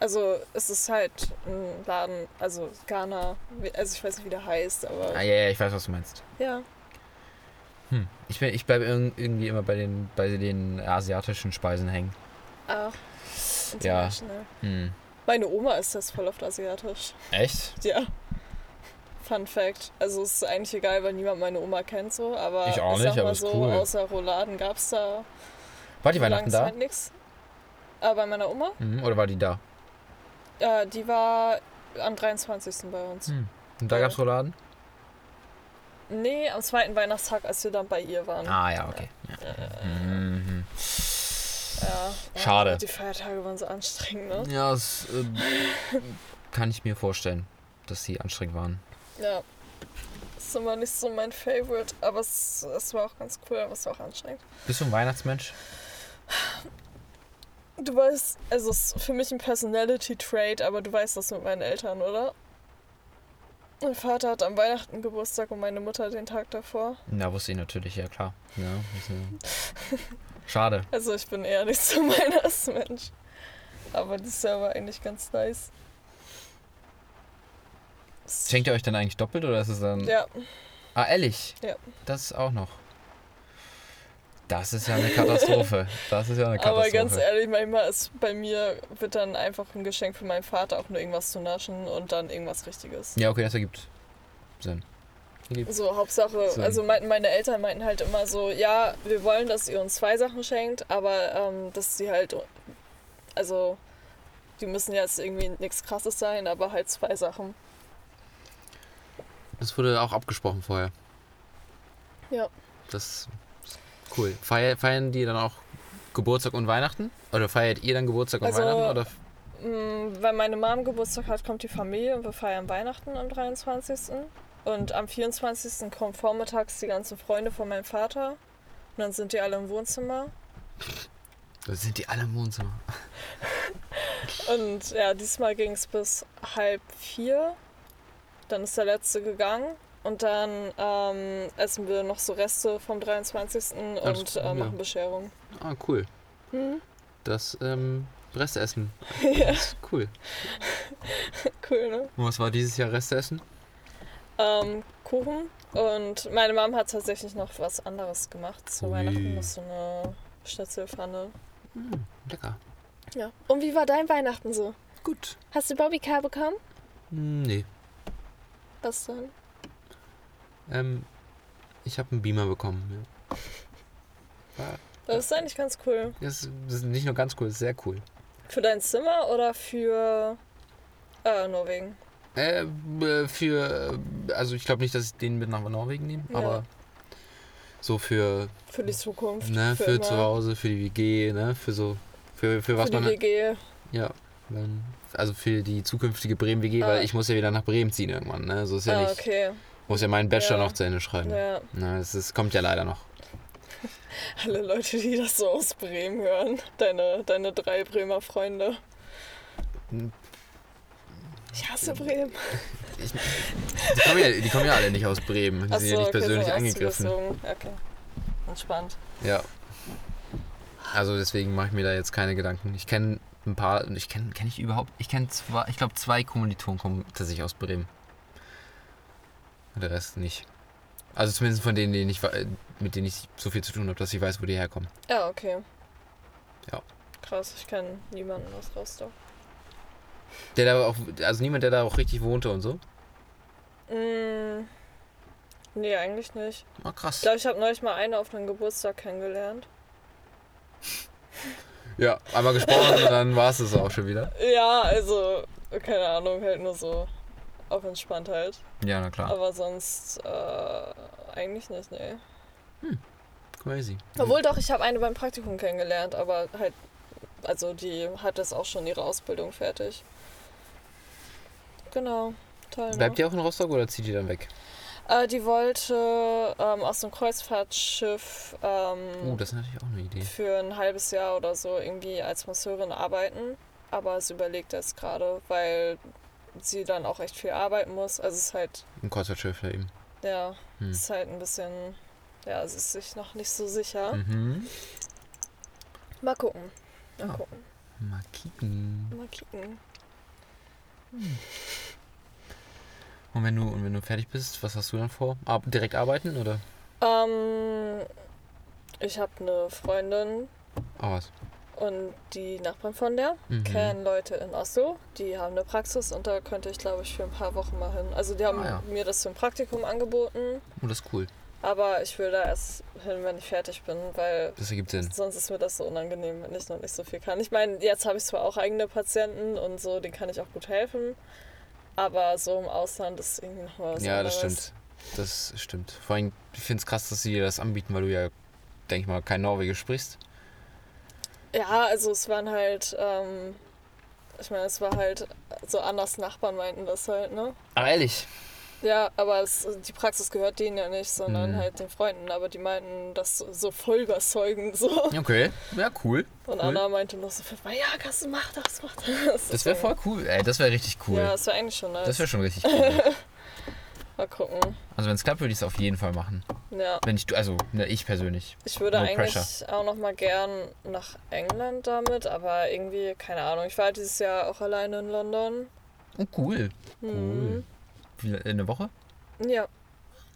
Also es ist halt ein Laden, also Ghana, also ich weiß nicht, wie der heißt,
Ah,
aber
ja, ja, ich weiß, was du meinst.
ja.
Hm. Ich, bin- ich bleibe irgendwie immer bei den, bei den asiatischen Speisen hängen.
Ach, Ah, international.
Hm.
Meine Oma ist das voll oft asiatisch.
Echt?
Ja, Fun Fact. Also es ist eigentlich egal, weil niemand meine Oma kennt so, aber
Ich auch
sag
nicht,
mal
aber ist
so,
cool.
außer Rouladen gab es da
War die Weihnachten da?
nichts. Aber Äh, bei meiner Oma,
Mhm, oder war die da?
äh, die war am 23. bei uns.
Mhm. Und da
Ja.
gab es Rouladen?
Nee, am zweiten Weihnachtstag, als wir dann bei ihr waren.
Ah ja, okay. Ja. Mhm.
Ja.
Schade.
Die Feiertage waren so anstrengend, ne?
Ja, das äh, kann ich mir vorstellen, dass sie anstrengend waren.
Ja. Ist immer nicht so mein Favorite, aber es, es war auch ganz cool, aber es war auch anstrengend.
Bist du ein Weihnachtsmensch?
Du weißt, also es ist für mich ein Personality-Trait, aber du weißt das mit meinen Eltern, oder? Mein Vater hat am Weihnachten Geburtstag und meine Mutter den Tag davor.
Na, wusste ich natürlich, ja klar. Ja, ist, äh, Schade.
Also ich bin eher nicht so ein Weihnachtsmensch. Aber das Jahr war eigentlich ganz nice. Es-
Schenkt ihr euch dann eigentlich doppelt oder ist es dann.
Ja,
Ah, ehrlich?
Ja.
Das auch noch. Das ist ja eine Katastrophe. Das ist ja eine Katastrophe.
aber ganz ehrlich, manchmal ist bei mir wird dann einfach ein Geschenk von meinem Vater auch nur irgendwas zu naschen und dann irgendwas Richtiges.
Ja, okay, das ergibt Sinn. Ergibt.
So, Hauptsache,
So.
also meinten meine Eltern meinten halt immer so, ja, wir wollen, dass ihr uns zwei Sachen schenkt, aber ähm, dass sie halt, also die müssen jetzt irgendwie nichts krasses sein, aber halt zwei Sachen.
Das wurde auch abgesprochen vorher.
Ja.
Das ist cool. Feier, feiern die dann auch Geburtstag und Weihnachten? Oder feiert ihr dann Geburtstag und
Also,
Weihnachten? Oder
Mm, Weil meine Mom Geburtstag hat, kommt die Familie und wir feiern Weihnachten am 23. Und am 24. kommen vormittags die ganzen Freunde von meinem Vater. Und dann sind die alle im Wohnzimmer.
sind die alle im Wohnzimmer?
Und ja, diesmal ging es bis halb vier. Dann ist der letzte gegangen. Und dann ähm, essen wir noch so Reste vom 23.
das
und
ist cool,
äh, machen
ja.
Bescherung.
Ah, cool.
Mhm.
Das ähm, Restessen. Das ist cool.
Cool, ne?
Und was war dieses Jahr Restessen?
Ähm, Kuchen. Und meine Mom hat tatsächlich noch was anderes gemacht zu
Ui.
Weihnachten. Das ist so eine Schnitzelpfanne.
Lecker.
Ja. Und wie war dein Weihnachten so?
Gut.
Hast du Bobbycar bekommen?
Hm, Nee.
Was denn?
Ähm, ich habe einen Beamer bekommen. Ja. War-
Das ist eigentlich ganz cool.
Das ist, das ist nicht nur ganz cool, das ist sehr cool.
Für dein Zimmer oder für äh, Norwegen?
Äh, äh, für. äh, Also, ich glaube nicht, dass ich den mit nach Norwegen nehme,
Ja.
aber so für.
Für die Zukunft.
Ne, für, zu
immer.
Hause, für die WG, ne, für so. Für, für was
Für die
man.
WG.
Ja. Dann, also für die zukünftige Bremen-WG,
Ah.
weil ich muss ja wieder nach Bremen ziehen irgendwann, ne? So ist ja
ah,
nicht.
okay.
Muss ja meinen Bachelor
Ja.
noch zu Ende schreiben.
Ja.
Na, das ist, kommt ja leider noch.
Alle Leute, die das so aus Bremen hören. Deine, deine drei Bremer Freunde.
Hm.
Ich hasse Bremen.
Ich, die, kommen ja, die kommen ja alle nicht aus Bremen. Die
Ach
sind
so,
ja nicht
okay,
persönlich
so
angegriffen.
ausgezogen. Okay. Entspannt.
Ja. Also deswegen mache ich mir da jetzt keine Gedanken. Ich kenne ein paar, ich kenne kenne ich überhaupt, ich kenne zwei, ich glaube zwei Kommilitonen kommen tatsächlich aus Bremen. Und der Rest nicht. Also zumindest von denen, denen ich, wei- mit denen ich so viel zu tun habe, dass ich weiß, wo die herkommen.
Ja, okay.
Ja.
Krass, ich kenne niemanden aus Rostock.
Der da auch, also niemand, der da auch richtig wohnte und so.
Mm, nee, eigentlich nicht.
Ah,
Ich
krass.
glaube, ich habe neulich mal eine auf einem Geburtstag kennengelernt.
Ja, einmal gesprochen und dann war es das auch schon wieder.
Ja, also, keine Ahnung, halt nur so auf entspannt halt.
Ja, na klar.
Aber sonst äh, eigentlich nicht, nee.
Crazy.
Obwohl doch, ich habe eine beim Praktikum kennengelernt, aber halt, also die hat jetzt auch schon ihre Ausbildung fertig. Genau, toll. Ne?
Bleibt ihr auch in Rostock oder zieht ihr dann weg?
Äh, die wollte ähm, aus dem Kreuzfahrtschiff ähm,
Oh, das ist natürlich auch eine Idee.
für ein halbes Jahr oder so irgendwie als Masseurin arbeiten. Aber sie überlegt jetzt gerade, weil sie dann auch echt viel arbeiten muss. Also es ist halt,
Ein Kreuzfahrtschiff da eben.
ja,
Hm.
es ist halt ein bisschen, ja, sie ist sich noch nicht so sicher.
Mhm.
Mal gucken. Mal
Ah.
gucken.
Mal kicken.
Mal kicken.
Und wenn du, und wenn du fertig bist, was hast du dann vor? Ar direkt arbeiten oder?
Ähm, ich habe eine Freundin,
Ah, was?
Und die Nachbarn von der
Mhm.
kennen Leute in Oslo, die haben eine Praxis und da könnte ich, glaube ich, für ein paar Wochen mal hin. Also die haben
Ah, ja.
mir das für ein Praktikum angeboten,
Oh, das ist cool.
aber ich will da erst hin, wenn ich fertig bin, weil
Das ergibt Sinn.
Sonst ist mir das so unangenehm, wenn ich noch nicht so viel kann. Ich meine, jetzt habe ich zwar auch eigene Patienten und so, denen kann ich auch gut helfen. Aber so im Ausland ist irgendwie noch mal was
ja, das
anderes.
stimmt. Das stimmt. Vor allem, ich finde es krass, dass sie dir das anbieten, weil du ja, denke ich mal, kein Norwegisch sprichst.
Ja, also es waren halt, ähm, ich meine, es war halt so anders Nachbarn meinten das halt, ne?
Aber ehrlich,
Ja, aber es, die Praxis gehört denen ja nicht, sondern
Mhm.
halt den Freunden. Aber die meinten das so- so voll überzeugend so.
okay, ja, cool.
Und
Cool.
Anna meinte noch so, ja, Kasse, mach das, mach das.
Das wäre voll cool. Ey, das wäre richtig cool.
Ja, das wäre eigentlich schon nice.
das wäre schon richtig cool.
mal gucken.
Also, wenn es klappt, würde ich es auf jeden Fall machen.
Ja.
Wenn ich, also, ne, ich persönlich.
Ich würde
No
eigentlich
pressure.
auch noch mal gern nach England damit, aber irgendwie, keine Ahnung. Ich war dieses Jahr auch alleine in London.
Oh, cool.
Hm.
Wie, in der Woche?
Ja,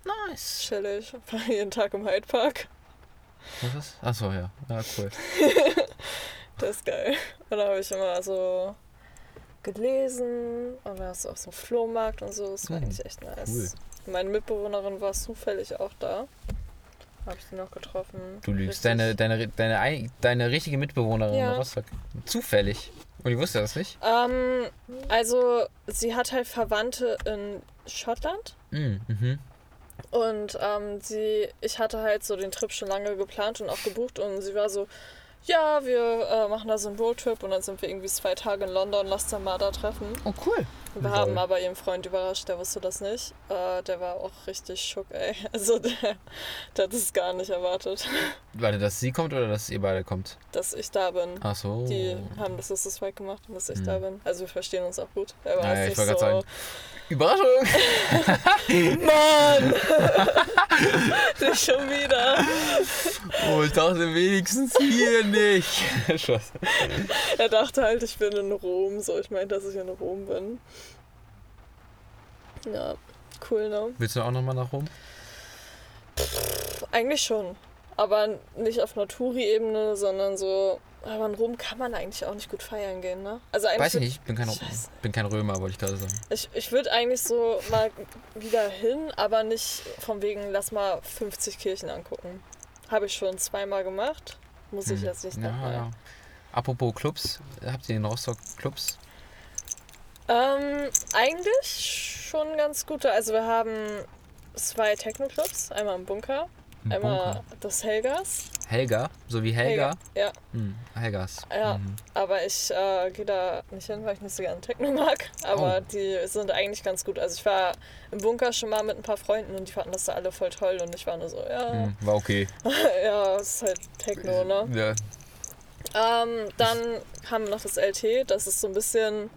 Nice.
chillig. War jeden Tag im Hyde Park.
Was ist das? Achso, ja. Ja, cool.
Das ist geil. Und da habe ich immer so gelesen und da ist auch so ein Flohmarkt und so. Das war
Hm,
eigentlich echt nice. Meine Mitbewohnerin war zufällig auch da. Habe ich die noch getroffen.
Du lügst.
Richtig.
Deine, deine, deine, ei- deine richtige Mitbewohnerin
Ja.
in Rostock. Zufällig. Und ich wusste das nicht?
Ähm, also, sie hat halt Verwandte in Schottland.
Mm, Mhm.
Und ähm, sie, ich hatte halt so den Trip schon lange geplant und auch gebucht und sie war so, ja, wir äh, machen da so einen Roadtrip und dann sind wir irgendwie zwei Tage in London, lass da mal da treffen.
Oh, cool.
Wir
Lol.
haben aber ihren Freund überrascht, der wusste das nicht. Äh, der war auch richtig schock, ey. Also der, der hat es gar nicht erwartet,
Warte, dass sie kommt oder dass ihr beide kommt?
dass ich da bin.
Ach so.
Die haben das so weit gemacht und dass ich
Oh. Hm.
da bin. Also wir verstehen uns auch gut. Er war
Naja,
jetzt nicht
ich wollte
so,
gerade Überraschung!
Mann! nicht schon wieder.
Oh, ich dachte wenigstens hier nicht. Schuss.
Er dachte halt, ich bin in Rom, so ich meinte, dass ich in Rom bin. Ja, cool, ne?
Willst du auch nochmal nach Rom?
Eigentlich schon. Aber nicht auf Naturi-Ebene, sondern so. Aber in Rom kann man eigentlich auch nicht gut feiern gehen, ne? Also eigentlich.
Weiß ich
würd-
nicht, ich bin kein,
Ich weiß
bin kein Römer, wollte ich gerade sagen.
Ich, ich würde eigentlich so mal wieder hin, aber nicht von wegen, lass mal 50 Kirchen angucken. Habe ich schon zweimal gemacht. Muss ich
Hm.
jetzt nicht
Ja,
nochmal.
ja. Apropos Clubs, habt ihr in Rostock Clubs?
Ähm, eigentlich schon ganz gute. Also wir haben zwei Techno-Clubs, einmal im Bunker,
Im
einmal
Bunker?
das Helgas.
Helga, so wie Helga.
Ja,
Hm, Helgas.
Ja.
Mhm.
aber ich äh, gehe da nicht hin, weil ich nicht so gerne Techno mag. Aber
Oh.
die sind eigentlich ganz gut. Also ich war im Bunker schon mal mit ein paar Freunden und die fanden das da alle voll toll und ich war nur so, ja,
Hm, war okay.
ja, es ist halt Techno, ne?
Ja.
Ähm, dann haben wir noch das LT, das ist so ein bisschen,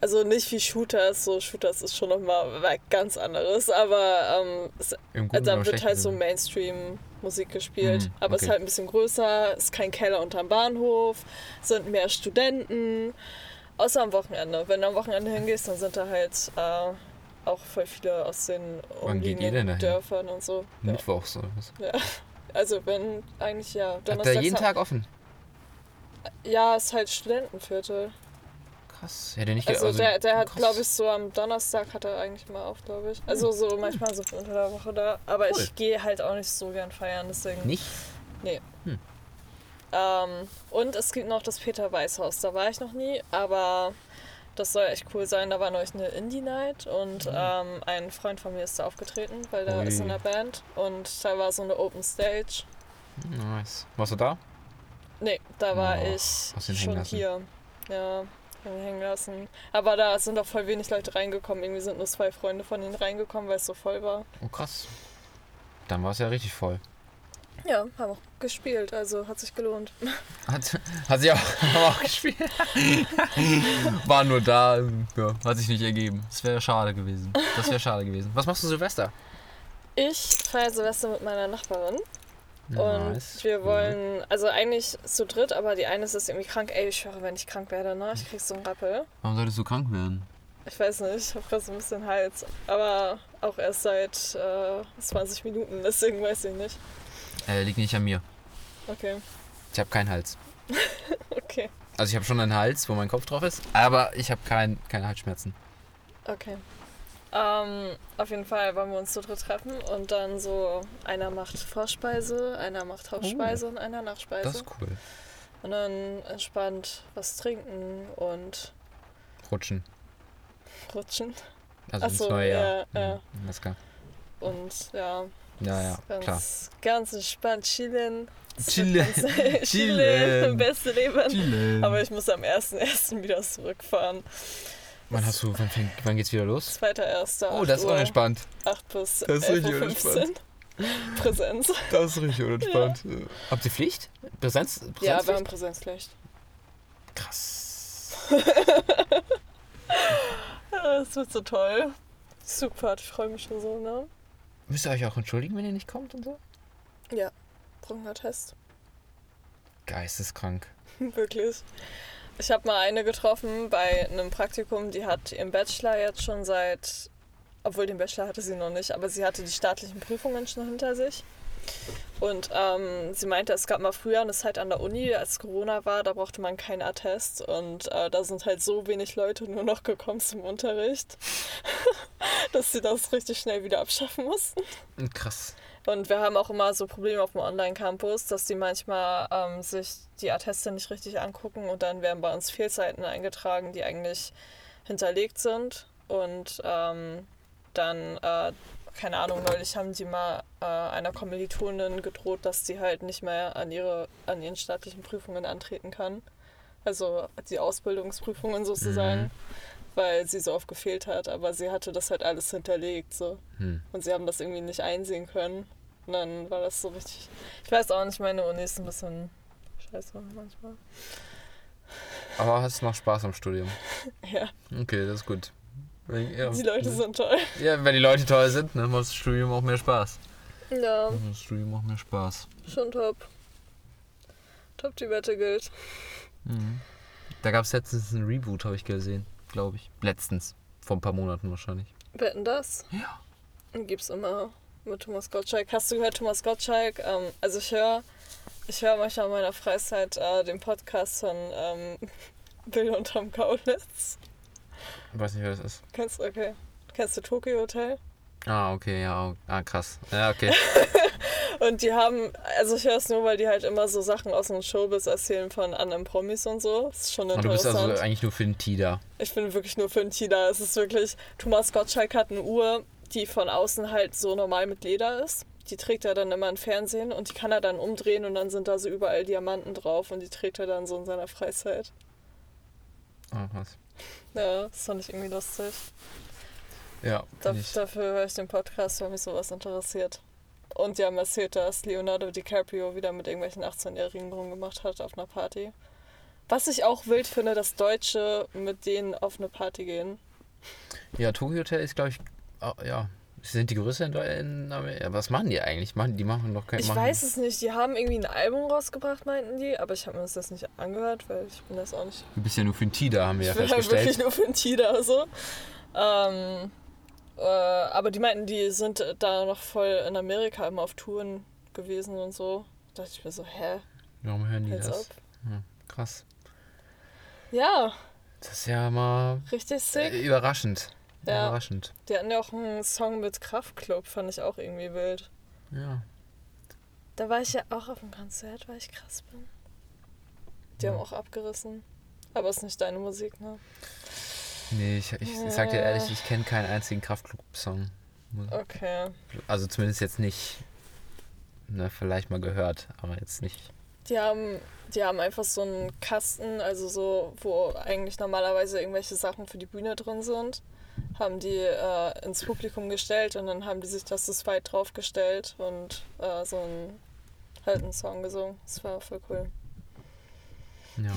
also nicht wie Shooters, so Shooters ist schon nochmal ganz anderes, aber ähm, es,
Im guten
da
oder
wird
schlechten
halt so
Sinne.
Mainstream-Musik gespielt,
Hm,
aber es ist
okay.
halt ein bisschen größer, ist kein Keller unterm Bahnhof, sind mehr Studenten, außer am Wochenende. Wenn du am Wochenende hingehst, dann sind da halt äh, auch voll viele aus den
Wann geht ihr
umliegenden
denn dahin? Hm?
Dörfern und so. Ja.
Mittwochs oder was?
Also wenn, eigentlich ja.
Hat der jeden
Sam-
Tag offen?
Ja, ist halt Studentenviertel.
Krass. Hätte nicht
Also,
gedacht,
der, der hat,
krass.
glaube ich, so am Donnerstag hat er eigentlich mal auf, glaube ich. Also so manchmal so unter der Woche da. Aber
Cool.
ich gehe halt auch nicht so gern feiern, deswegen.
Nicht?
Ähm, und es gibt noch das Peter Weiß Haus. Da war ich noch nie, aber das soll echt cool sein. Da war neulich eine Indie Night und ähm, ein Freund von mir ist da aufgetreten, weil der
Mhm. Ui.
ist in der Band. Und da war so eine Open Stage.
Nice. Warst du da?
Nee, da war
Oh, hast ihn
ich
hängen
schon
lassen.
hier. Ja, hab ihn hängen lassen. Aber da sind auch voll wenig Leute reingekommen. Irgendwie sind nur zwei Freunde von ihnen reingekommen, weil es so voll war.
Oh, krass. Dann war es ja richtig voll.
Ja, haben auch gespielt, also hat sich gelohnt.
Hat, hat sie auch, haben auch gespielt. War nur da, ja, hat sich nicht ergeben. Das wäre schade gewesen. Das wäre schade gewesen. Was machst du Silvester?
Ich feiere Silvester mit meiner Nachbarin und
Nice. Mhm.
wir wollen, also eigentlich zu dritt, aber die eine ist jetzt irgendwie krank. Ey, ich schwöre, wenn ich krank werde, ne? Ich krieg so einen Rappel.
Warum solltest du krank werden?
Ich weiß nicht, ich habe gerade so ein bisschen Hals. Aber auch erst seit äh, 20 Minuten, deswegen weiß ich nicht.
Äh, liegt nicht an mir.
Okay.
Ich habe keinen Hals.
Okay.
Also ich habe schon einen Hals, wo mein Kopf drauf ist, aber ich habe kein, keine Halsschmerzen.
Okay. Ähm, auf jeden Fall wollen wir uns zu dritt treffen und dann so, einer macht Vorspeise, einer macht Hauptspeise und einer Nachspeise.
Oh. Das ist cool.
Und dann entspannt was trinken und
Rutschen.
rutschen.
Also
Ach
ins
so,
neue Jahr.
ja, ja.
Mhm, Alles klar.
Und ja,
Ja, ja,
ganz,
klar.
ganz entspannt chillen.
Chillen.
Chillen.
Chillen.
chillen. Beste Leben.
Chillen.
Aber ich muss am 1.1. wieder zurückfahren.
wann hast du, wann, fängt, wann geht's wieder los?
2.1.
Oh, das
8
ist
Uhr,
unentspannt.
8 bis
Das ist richtig
11.15 Uhr. Präsenz.
Das ist richtig unentspannt. Habt ihr Pflicht? Präsenz? Präsenz
Ja, wir haben Präsenzpflicht.
Krass.
Ja, Ah, Das wird so toll. Super, ich freue mich schon so, ne?
Müsst ihr euch auch entschuldigen, wenn ihr nicht kommt und so?
Brunner-Test.
Geisteskrank.
Wirklich. Ich habe mal eine getroffen bei einem Praktikum, die hat ihren Bachelor jetzt schon seit, obwohl den Bachelor hatte sie noch nicht, aber sie hatte die staatlichen Prüfungen schon hinter sich. Und ähm, sie meinte, es gab mal früher eine Zeit an der Uni, als Corona war, da brauchte man keinen Attest und äh, da sind halt so wenig Leute nur noch gekommen zum Unterricht, dass sie das richtig schnell wieder abschaffen mussten.
Hm, Krass.
Und wir haben auch immer so Probleme auf dem Online-Campus, dass die manchmal ähm, sich die Atteste nicht richtig angucken und dann werden bei uns Fehlzeiten eingetragen, die eigentlich hinterlegt sind. Und ähm, dann, äh, keine Ahnung, neulich haben die mal äh, einer Kommilitonin gedroht, dass sie halt nicht mehr an, ihre, an ihren staatlichen Prüfungen antreten kann. Also die Ausbildungsprüfungen sozusagen,
Mhm.
weil sie so oft gefehlt hat. Aber sie hatte das halt alles hinterlegt. So.
Hm.
Und sie haben das irgendwie nicht einsehen können. Und dann war das so richtig. Ich weiß auch nicht, meine Uni ist ein bisschen scheiße manchmal.
Aber hast noch Spaß am Studium.
Ja,
Okay, das ist gut. Wenn- Ja,
die Leute sind toll.
ja, wenn die Leute toll sind, dann macht das Studium auch mehr Spaß.
Ja,
Macht Das Studium auch mehr Spaß.
schon top. Top die Wette gilt.
Mhm. Da gab es letztens einen Reboot, habe ich gesehen, glaube ich. Letztens. Vor ein paar Monaten wahrscheinlich.
Wetten das?
Ja.
Und Gibt's immer mit Thomas Gottschalk. Hast du gehört, Thomas Gottschalk? Ähm, also ich höre ich hör manchmal in meiner Freizeit äh, den Podcast von ähm, Bill und Tom Kaulitz.
Ich weiß nicht, wer das ist.
Kennst, okay. Kennst du Tokyo Hotel?
Ah, okay, ja. Ah, krass. Ja, okay.
Und die haben, also ich höre es nur, weil die halt immer so Sachen aus dem Showbiz erzählen von anderen Promis und so. Das ist schon
Und du bist
interessant.
also eigentlich nur für den Tida.
ich bin wirklich nur für einen Tida. Es ist wirklich, Thomas Gottschalk hat eine Uhr, die von außen halt so normal mit Leder ist. Die trägt er dann immer im Fernsehen und die kann er dann umdrehen und dann sind da so überall Diamanten drauf und die trägt er dann so in seiner Freizeit.
Ah, krass.
Ja, das fand ich irgendwie lustig.
Ja,
Da,
find ich.
dafür höre ich den Podcast, weil mich sowas interessiert. Und die haben erzählt, dass Leonardo DiCaprio wieder mit irgendwelchen 18-Jährigen rumgemacht hat auf einer Party. Was ich auch wild finde, dass Deutsche mit denen auf eine Party gehen.
Ja, Tokyo Hotel ist, glaube ich, ah, ja. Sind die größer in, Deu- in Amerika? Was machen die eigentlich? Machen, die machen doch kein
Ich
machen,
weiß es nicht, die haben irgendwie ein Album rausgebracht, meinten die, aber ich habe mir das nicht angehört, weil ich bin das auch nicht.
Du bist ja nur für den Tida, haben wir ja
ich bin halt wirklich
festgestellt.
nur für den Tida so. Ähm, äh, aber die meinten, die sind da noch voll in Amerika immer auf Touren gewesen und so. Da dachte ich mir so, hä?
Warum hören die
Als
das?
ob.
Ja, krass.
Ja,
Das ist ja mal
richtig sick.
äh, überraschend.
Ja.
Überraschend.
Die hatten ja auch einen Song mit Kraftklub, fand ich auch irgendwie wild.
Ja.
Da war ich ja auch auf dem Konzert, weil ich krass bin. Die haben auch abgerissen. Aber ist nicht deine Musik, ne?
Nee, ich, ich, ich sag dir ehrlich, ich kenne keinen einzigen Kraftclub-Song.
Okay.
Also zumindest jetzt nicht. Na, vielleicht mal gehört, aber jetzt nicht.
Die haben, die haben einfach so einen Kasten, also so, wo eigentlich normalerweise irgendwelche Sachen für die Bühne drin sind, haben die äh, ins Publikum gestellt und dann haben die sich das zu zweit draufgestellt und äh, so einen, halt einen Song gesungen. Das war voll cool.
Ja,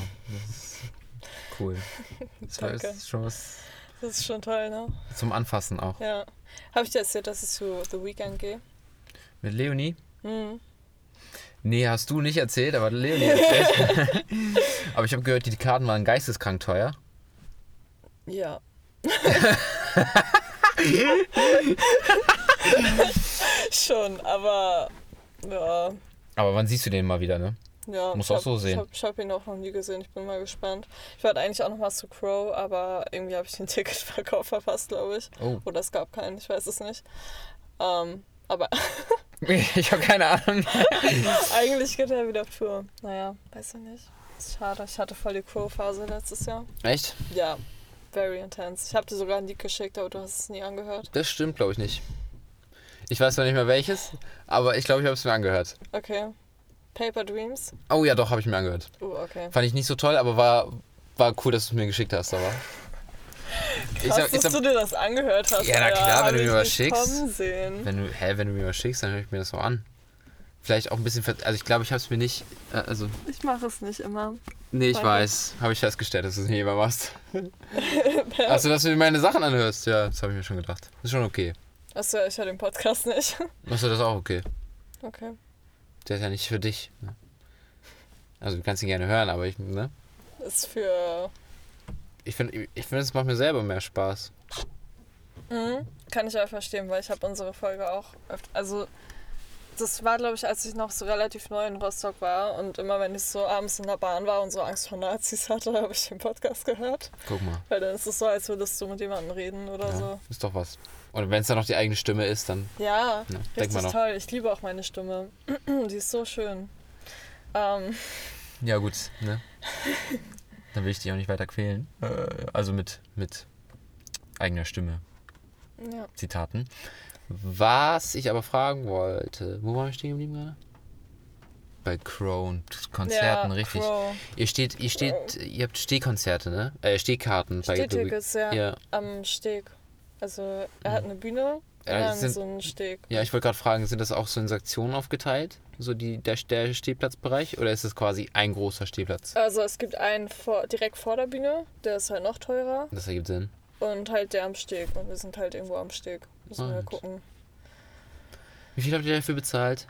das ist cool. Das war-
Danke.
ist schon was
Das ist schon toll, ne?
zum Anfassen auch.
Ja. Habe ich dir erzählt, dass ich zu The Weeknd gehe?
Mit Leonie?
Hm.
Nee, hast du nicht erzählt, aber Leonie erzählt. aber ich habe gehört, die Karten waren geisteskrank teuer.
Ja. Schon, aber ja,
Aber wann siehst du den mal wieder, ne?
Ja,
Muss
ich
auch
hab-
so sehen.
Ich habe ich hab ihn auch noch nie gesehen, ich bin mal gespannt. Ich wollte eigentlich auch noch mal zu Crow, aber irgendwie habe ich den Ticketverkauf verpasst, glaube ich.
Oh.
Oder es gab keinen, ich weiß es nicht. Ähm, aber
Ich habe keine Ahnung.
eigentlich geht er wieder auf Tour. Naja, weiß ich nicht. Ist schade, ich hatte voll die Crow-Phase letztes Jahr.
Echt?
Ja, very intense. Ich habe dir sogar ein Lied geschickt, aber du hast es nie angehört.
Das stimmt, glaube ich nicht. Ich weiß noch nicht mehr welches, aber ich glaube, ich habe es mir angehört.
Okay. Paper Dreams?
Oh ja, doch, habe ich mir angehört.
Uh, okay.
Fand ich nicht so toll, aber war, war cool, dass du es mir geschickt hast. Aber ich
Krass,
sag, ich
dass
sag,
du dir das angehört hast.
Ja, na
Alter.
klar, wenn
Hab
du mir
ich
was
nicht
schickst.
kommen Sehen.
wenn du, hä, wenn du mir was schickst, dann höre ich mir das auch an. Vielleicht auch ein bisschen, ver- also ich glaube, ich habe es mir nicht, äh, also,
Ich mache es nicht immer.
nee, ich
Warte.
weiß, habe ich festgestellt, dass du es nicht immer machst. Achso, dass du mir meine Sachen anhörst, ja, das habe ich mir schon gedacht. Ist schon okay.
Achso, ich höre den Podcast nicht.
Achso, das ist auch okay.
Okay.
Der ist ja nicht für dich. Ne? Also du kannst ihn gerne hören, aber ich, ne?
Ist für.
Ich finde, ich find, es macht mir selber mehr Spaß.
Mhm. Kann ich auch verstehen, weil ich habe unsere Folge auch öfter. Also, das war, glaube ich, als ich noch so relativ neu in Rostock war und immer, wenn ich so abends in der Bahn war und so Angst vor Nazis hatte, habe ich den Podcast gehört.
Guck mal.
Weil dann ist es so, als würdest du mit jemandem reden oder
Ja,
so.
Ist doch was. Und wenn es dann noch die eigene Stimme ist, dann
Ja,
ne, denkt
richtig
man noch.
toll. Ich liebe auch meine Stimme. Die ist so schön. Ähm,
Ja, gut, ne? Dann will ich dich auch nicht weiter quälen. Äh, Also mit, mit eigener Stimme,
ja.
Zitaten. Was ich aber fragen wollte, wo waren wir stehen geblieben gerade? Bei Crow und Konzerten,
ja,
richtig.
Crow.
Ihr steht, ihr steht, ihr habt Stehkonzerte, ne? Äh, Stehkarten
Stehtickets, ja.
Ja. Mhm.
Am Steg. Also, er hat eine Bühne und
Ja,
dann
sind-
so einen Steg.
Ja, ich wollte gerade fragen, sind das auch so in Sektionen aufgeteilt? So die, der, der Stehplatzbereich? Oder ist es quasi ein großer Stehplatz?
Also, es gibt einen vor, direkt vor der Bühne, der ist halt noch teurer.
Das ergibt Sinn.
Und halt der am Steg. Und wir sind halt irgendwo am Steg. Müssen wir
Und-
gucken.
Wie viel habt ihr dafür bezahlt?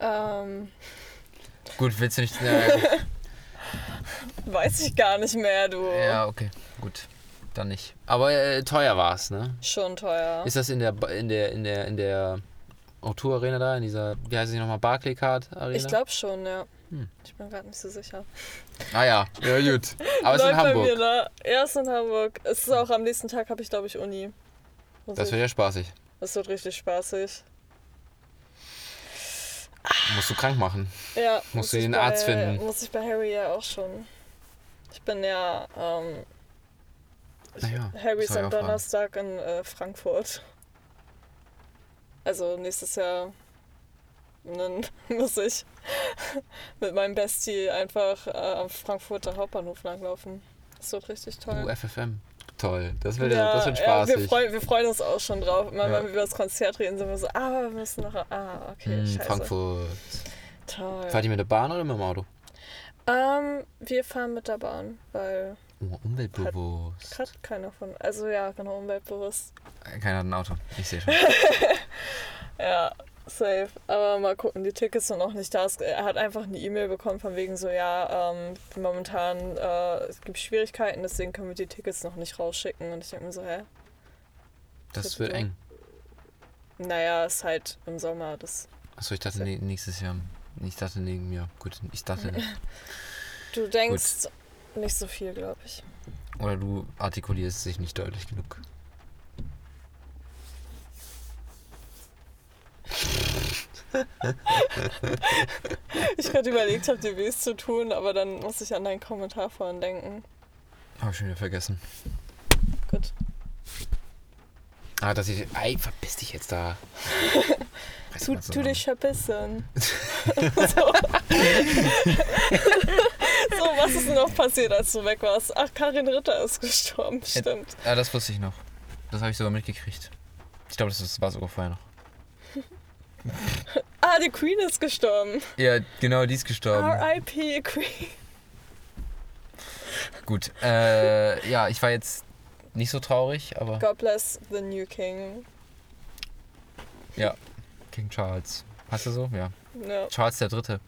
Ähm,
Gut, willst du nicht. Na, gut.
weiß ich gar nicht mehr, du.
ja, okay. Gut. Dann nicht. Aber äh, teuer war es, ne?
Schon teuer.
Ist das in der Ba- in der in der in der O2 Arena da, in dieser, wie heißt sie nochmal, Barclaycard Arena?
ich glaube schon, ja.
Hm.
Ich bin gerade nicht so sicher.
Ah ja, ja gut. Aber es
Läuft
ist in
Bei mir,
Hamburg.
ne? Ja, ist in Hamburg. Es ist auch am nächsten Tag, habe ich glaube ich Uni. Muss
Das
ich-
wird ja spaßig.
das wird richtig spaßig.
Musst du krank machen.
Ja. muss
du
ich
den
bei,
Arzt finden.
Muss ich bei Harry ja auch schon. Ich bin ja. Ähm,
Naja.
Harry
das
ist
soll ich
am
auch fragen.
Donnerstag in äh, Frankfurt. Also nächstes Jahr. Und dann muss ich mit meinem Bestie einfach äh, am Frankfurter Hauptbahnhof langlaufen. Das wird richtig toll.
Uh, FFM. Toll. Das wird, ja, das wird
Ja,
spaßig.
wir, freuen, wir freuen uns auch schon drauf. Immer
Ja.
wenn wir über das Konzert reden, sind wir so, ah, wir müssen noch. Ah, okay,
Hm,
scheiße.
Frankfurt.
Toll.
Fahrt ihr mit der Bahn oder mit dem Auto?
Ähm, wir fahren mit der Bahn, weil
Oh, umweltbewusst.
hat keiner von. Also ja, genau, umweltbewusst.
Äh, Keiner hat ein Auto. Ich sehe schon.
Ja, safe. Aber mal gucken, die Tickets sind noch nicht da. Es- Er hat einfach eine E-Mail bekommen von wegen so, ja, ähm, momentan äh, es gibt Schwierigkeiten, deswegen können wir die Tickets noch nicht rausschicken. Und ich denke mir so, hä?
Das wird eng.
Naja, ist halt im Sommer, das.
Achso, ich dachte nee, nächstes Jahr. Ich dachte neben mir. Gut, ich dachte.
Du denkst nicht so viel, glaube ich.
Oder du artikulierst dich nicht deutlich genug.
Ich gerade überlegt habe, dir weh zu tun, aber dann muss ich an deinen Kommentar vorhin denken.
Hab ich schon wieder vergessen.
Gut.
Ah, dass ich. Ey, verpiss dich jetzt da. Reiß
Tu,
mal
tu dich verbissen. so. so, was ist noch passiert, als du weg warst? Ach, Karin Ritter ist gestorben, stimmt.
zusammen. Ja, Ah, das wusste ich noch. Das habe ich sogar mitgekriegt. Ich glaube, das ist- war sogar vorher noch.
Ah, die Queen ist gestorben.
Ja, genau, die ist gestorben.
R.I.P. Queen.
Gut. Äh, ja, ich war jetzt nicht so traurig, aber.
God bless the new king.
Ja. King Charles. Hast du so? Ja.
Ja,
Charles der Dritte.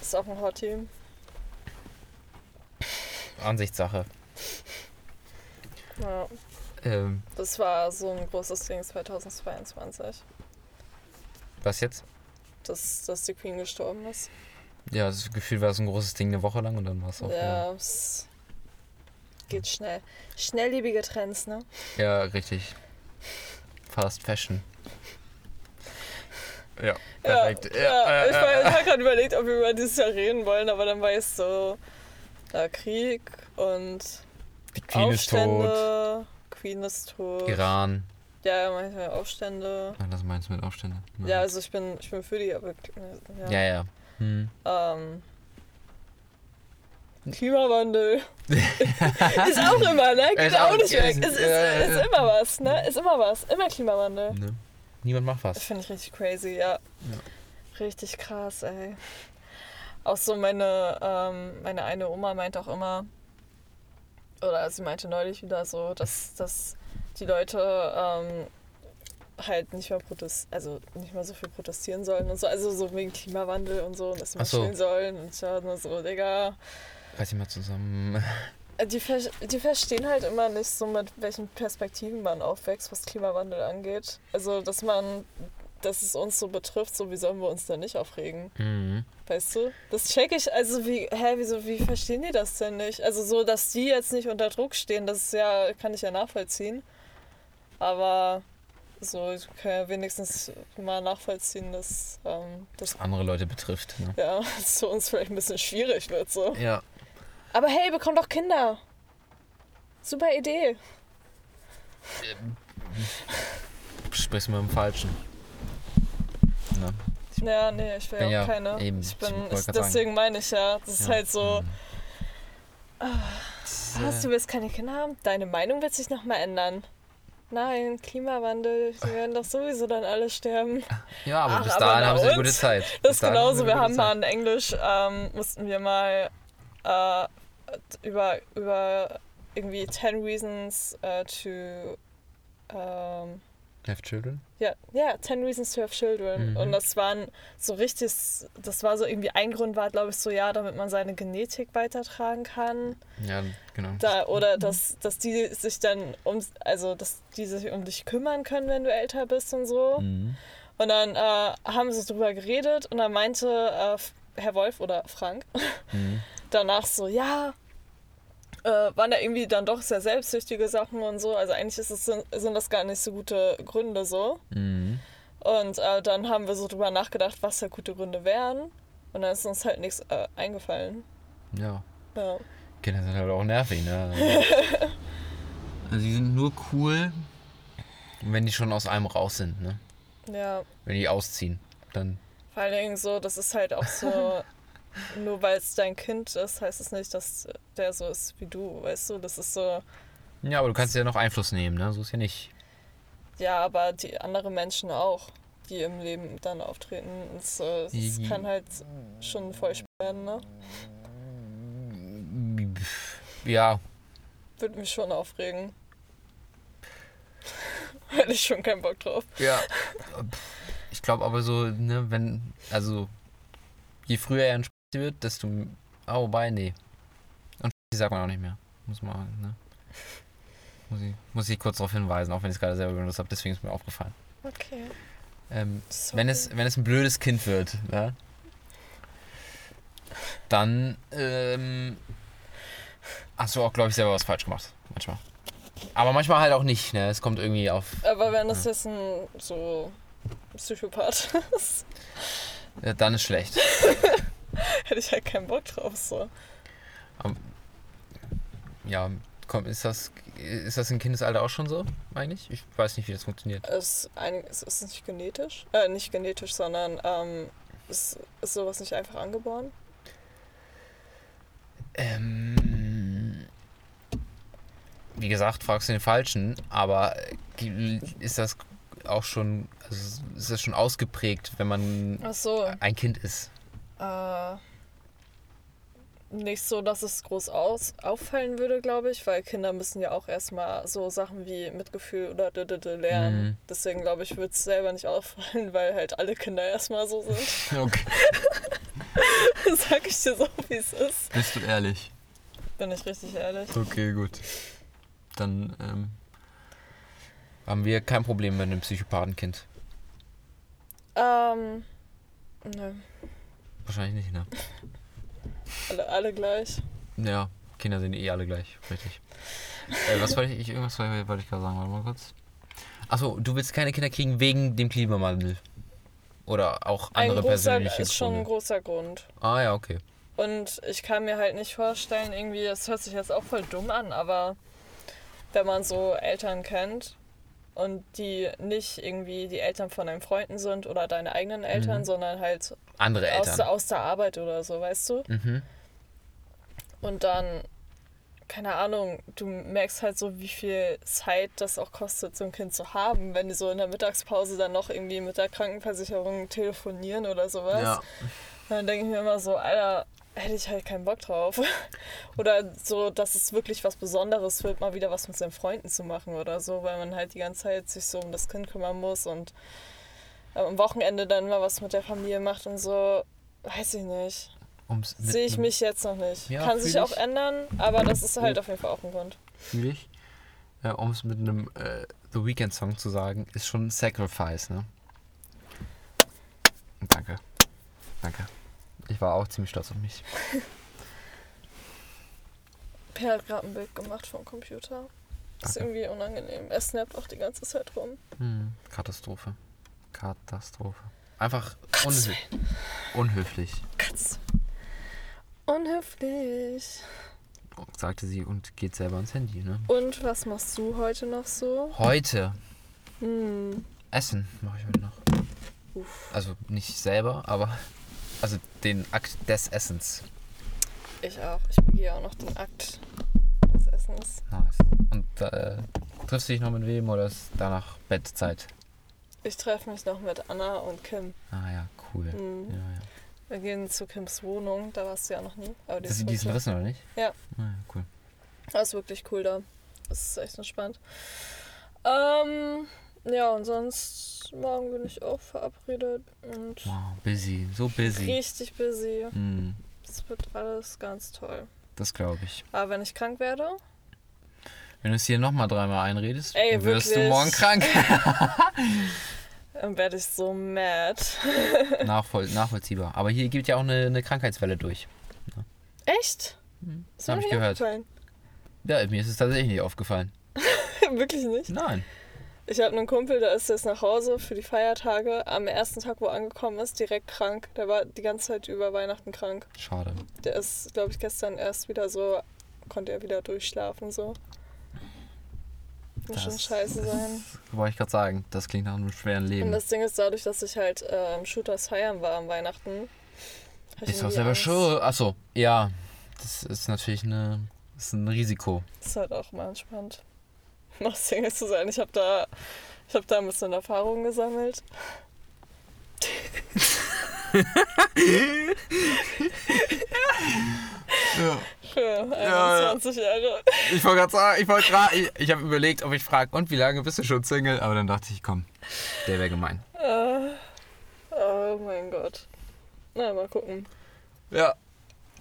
ist auch ein Hottie.
Ansichtssache.
Ja,
Ähm,
das war so ein großes Ding 2022.
was jetzt?
dass, dass die Queen gestorben ist.
Ja, das Gefühl war es ein großes Ding eine Woche lang und dann war es auch.
ja, es geht schnell. Schnelllebige Trends, ne?
Ja, richtig. Fast Fashion. Ja, perfekt.
Ja,
Ja,
ja,
äh,
ich
äh,
war- ich habe gerade überlegt, ob wir über dieses Jahr reden wollen, aber dann war es so ja, Krieg und
die Queen ist tot.
Aufstände. Queen ist tot.
Iran.
Ja, manchmal Aufstände.
Ach, das meinst du mit Aufstände? Na
Ja,
gut.
also ich bin, ich bin für die, aber ja.
ja, ja. Hm.
Ähm, Klimawandel. ist auch immer, ne? Geht
Ist
ja auch
auch-
nicht weg.
ist-
Ist, ist,
äh,
ist immer was, ne? Ist immer was. Immer Klimawandel.
Ne? Niemand macht
Das
was.
finde ich richtig crazy, ja. Richtig krass, ey. Auch so meine, ähm, meine eine Oma meint auch immer, oder sie meinte neulich wieder so, dass, dass die Leute ähm, halt nicht mehr protest also nicht mehr so viel protestieren sollen und so, also so wegen Klimawandel und so und dass sie mal
Ach so.
chillen sollen und ich war nur so, Digga. Äh.
Reiß dich mal zusammen.
Die, ver die verstehen halt immer nicht so, mit welchen Perspektiven man aufwächst, was Klimawandel angeht. Also, dass man, dass es uns so betrifft, so wie sollen wir uns da nicht aufregen,
Mhm.
weißt du? Das check ich, also wie, hä, wieso, wie verstehen die das denn nicht? Also so, dass die jetzt nicht unter Druck stehen, das ist ja, kann ich ja nachvollziehen. Aber so, ich kann ja wenigstens mal nachvollziehen, dass ähm, das
Andere Leute betrifft. Ne?
ja, zu uns vielleicht ein bisschen schwierig wird, so.
Ja.
Aber hey, bekommt doch Kinder. Super Idee.
Ähm. Sprichst du mit dem Falschen. Ne?
Ja, nee, ich will
Bin
auch
ja
keine.
eben,
ich
ich
bin,
wollte
ich,
grad sagen.
deswegen meine ich ja, das ist
Ja,
halt so, Ah,
hm. Das, äh,
hast du willst keine Kinder haben? Deine Meinung wird sich nochmal ändern. Nein, Klimawandel, die werden doch sowieso dann alle sterben.
Ja, aber
Ach,
bis
aber
dahin
bei
haben sie eine
uns-
gute Zeit.
Das
Bis
ist
dahin
genauso,
sie eine
wir haben
gute
mal in Englisch, ähm, mussten wir mal äh, über, über irgendwie 10 Reasons äh, to ähm,
Zeit. Have Children?
Ja, ja, 10 Reasons to Have Children.
Mhm.
Und das waren so richtig, das war so irgendwie ein Grund war, glaube ich, so ja, damit man seine Genetik weitertragen kann.
Ja, genau.
Da, oder dass, dass die sich dann um, also dass die sich um dich kümmern können, wenn du älter bist und so.
Mhm.
Und dann äh, haben sie drüber geredet und dann meinte äh, Herr Wolf oder Frank
Mhm.
danach so, ja, äh, waren da irgendwie dann doch sehr selbstsüchtige Sachen und so. Also eigentlich ist es, sind, sind das gar nicht so gute Gründe so.
Mhm.
Und äh, dann haben wir so drüber nachgedacht, was da gute Gründe wären. Und dann ist uns halt nichts äh, eingefallen.
Ja.
Ja.
Kinder sind halt auch nervig, ne? also die sind nur cool, wenn die schon aus einem raus sind, ne?
ja.
Wenn die ausziehen, dann.
Vor allen Dingen so, das ist halt auch so, nur weil es dein Kind ist, heißt es nicht, dass der so ist wie du, weißt du? Das ist so,
Ja, aber du kannst ja noch Einfluss nehmen, ne? So ist ja nicht.
ja, aber die anderen Menschen auch, die im Leben dann auftreten, das, äh, das
Die-
kann halt schon voll schwer werden, ne?
Ja,
Würde mich schon aufregen. Hätte ich schon keinen Bock drauf.
ja. Ich glaube aber so, ne, wenn, also je früher er entspannt wird, desto. Oh, bei, nee. Und sagt man auch nicht mehr. Muss man, ne? Muss ich, muss ich kurz darauf hinweisen, auch wenn ich es gerade selber benutzt habe, deswegen ist mir aufgefallen.
Okay.
Ähm, Wenn es, wenn es ein blödes Kind wird, ne? dann ähm, hast du auch, glaube ich, selber was falsch gemacht. Manchmal. Aber manchmal halt auch nicht. Ne? Es kommt irgendwie auf.
Aber wenn das jetzt ein so Psychopath ist,
Äh, dann ist schlecht.
hätte ich halt keinen Bock drauf. So.
Ja, komm, ist das, ist das im Kindesalter auch schon so, eigentlich? Ich weiß nicht, wie das funktioniert.
Es, ist ein, es ist nicht genetisch, äh, nicht genetisch, sondern ähm, ist, ist sowas nicht einfach angeboren?
Ähm, wie gesagt, fragst du den Falschen, aber äh, ist das auch schon, also ist das schon ausgeprägt, wenn man
Ach so,
ein Kind ist.
äh, nicht so, dass es groß aus, auffallen würde, glaube ich, weil Kinder müssen ja auch erstmal so Sachen wie Mitgefühl oder d -d -d lernen.
Mhm.
Deswegen glaube ich, würde es selber nicht auffallen, weil halt alle Kinder erstmal so sind.
Okay.
Sag ich dir so, wie es ist.
Bist du ehrlich?
Bin ich richtig ehrlich.
Okay, gut. Dann ähm, haben wir kein Problem mit einem Psychopathenkind.
Ähm, Nö.
Wahrscheinlich nicht, ne?
Alle, alle gleich.
Ja, Kinder sind eh alle gleich, richtig. äh, was wollte ich, ich- irgendwas wollte wollte ich gerade sagen, warte mal kurz. Achso, du willst keine Kinder kriegen wegen dem Klimawandel. Oder auch
Ein
andere
großer
persönliche
ist schon ein
Gründe.
großer Grund.
Ah ja, okay.
Und ich kann mir halt nicht vorstellen, irgendwie, das hört sich jetzt auch voll dumm an, aber wenn man so Eltern kennt und die nicht irgendwie die Eltern von deinen Freunden sind oder deine eigenen Eltern,
Mhm.
sondern halt
Andere
aus,
Eltern.
aus der Arbeit oder so, weißt du?
Mhm.
Und dann, keine Ahnung, du merkst halt so, wie viel Zeit das auch kostet, so ein Kind zu haben, wenn die so in der Mittagspause dann noch irgendwie mit der Krankenversicherung telefonieren oder sowas.
Ja.
Dann denke ich mir immer so, Alter, hätte ich halt keinen Bock drauf. oder so, dass es wirklich was Besonderes wird, mal wieder was mit seinen Freunden zu machen oder so, weil man halt die ganze Zeit sich so um das Kind kümmern muss und äh, am Wochenende dann mal was mit der Familie macht und so. Weiß ich nicht.
Um's mit
Sehe ich
einem-
mich jetzt noch nicht.
Ja,
Kann
fühl
sich auch
ich.
ändern, aber das ist halt auf jeden Fall auch ein Grund.
Fühl ich. Äh, um es mit einem äh, The Weeknd Song zu sagen, ist schon ein Sacrifice, ne? Danke. Danke. Ich war auch ziemlich stolz auf mich.
Per hat gerade ein Bild gemacht vom Computer. Ist
Danke.
irgendwie unangenehm. Er snappt auch die ganze Zeit rum.
Hm, Katastrophe. Katastrophe. Einfach unhö unhöflich,
Katz. Unhöflich.
sagte sie und geht selber ans Handy, ne?
Und was machst du heute noch so?
Heute
Hm.
Essen mache ich heute noch. Also nicht selber, aber also den Akt des Essens.
Ich auch. Ich begehe auch noch den Akt des Essens.
Nice. Und äh, triffst du dich noch mit wem oder ist danach Bettzeit?
Ich treffe mich noch mit Anna und Kim.
Ah ja, cool.
Mhm.
Ja, ja.
Wir gehen zu Kims Wohnung. Da warst du ja noch nie. Aber die
Das,
ist
die ist in
wirklich-
Rissen, oder nicht?
Ja.
Ah, ja, cool.
Das ist wirklich cool da. Das ist echt entspannt. Ähm, ja, und sonst morgen bin ich auch verabredet und
Wow, busy, so busy.
richtig busy.
Hm,
Es wird alles ganz toll.
das glaube ich.
Aber wenn ich krank werde,
Wenn du es hier nochmal dreimal einredest,
Ey,
wirst du
wirklich.
morgen krank.
dann werde ich so mad.
Nachvoll nachvollziehbar. Aber hier gibt ja auch eine, eine Krankheitswelle durch.
Echt?
Das habe Hm. ich gehört. Ja, mir ist es tatsächlich nicht aufgefallen.
Wirklich nicht.
Nein.
Ich habe einen Kumpel, der ist jetzt nach Hause für die Feiertage. Am ersten Tag, wo er angekommen ist, direkt krank. Der war die ganze Zeit über Weihnachten krank.
Schade.
Der ist, glaube ich, gestern erst wieder so, konnte er wieder durchschlafen so. Muss schon scheiße sein.
Das wollte ich gerade sagen. Das klingt nach einem schweren
Und
Leben.
das Ding ist, dadurch, dass ich halt äh, im Shooters feiern war am Weihnachten. hab ich
ist doch
irgendwie
selber
Angst.
schuld. Achso, ja. Das ist natürlich eine, das ist ein Risiko.
Ist halt auch mal entspannt. Noch Single zu sein. Ich habe da, ich hab da ein bisschen Erfahrung gesammelt. Für 21 Jahre.
Ich wollte gerade sagen, ich wollte gerade, ich, ich habe überlegt, ob ich frage, und wie lange bist du schon Single? Aber dann dachte ich, komm, der wäre gemein.
Oh mein Gott. Na, mal gucken.
Ja.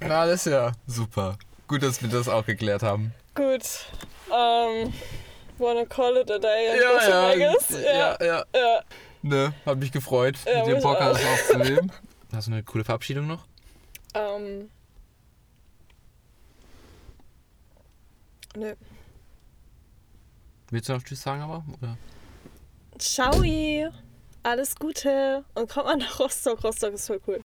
Na, alles ja super. Gut, dass wir das auch geklärt haben.
Gut. Ähm, wanna call it a day and go to Vegas? Ja.
ja, ja.
ja.
Ne, hab mich gefreut,
Ja,
mit dem
mich
Podcast aufzunehmen. Hast du eine coole Verabschiedung noch?
Ähm. Nö.
Willst du noch Tschüss sagen aber? Oder?
Ciao! Alles Gute und kommt mal nach Rostock. Rostock ist voll cool.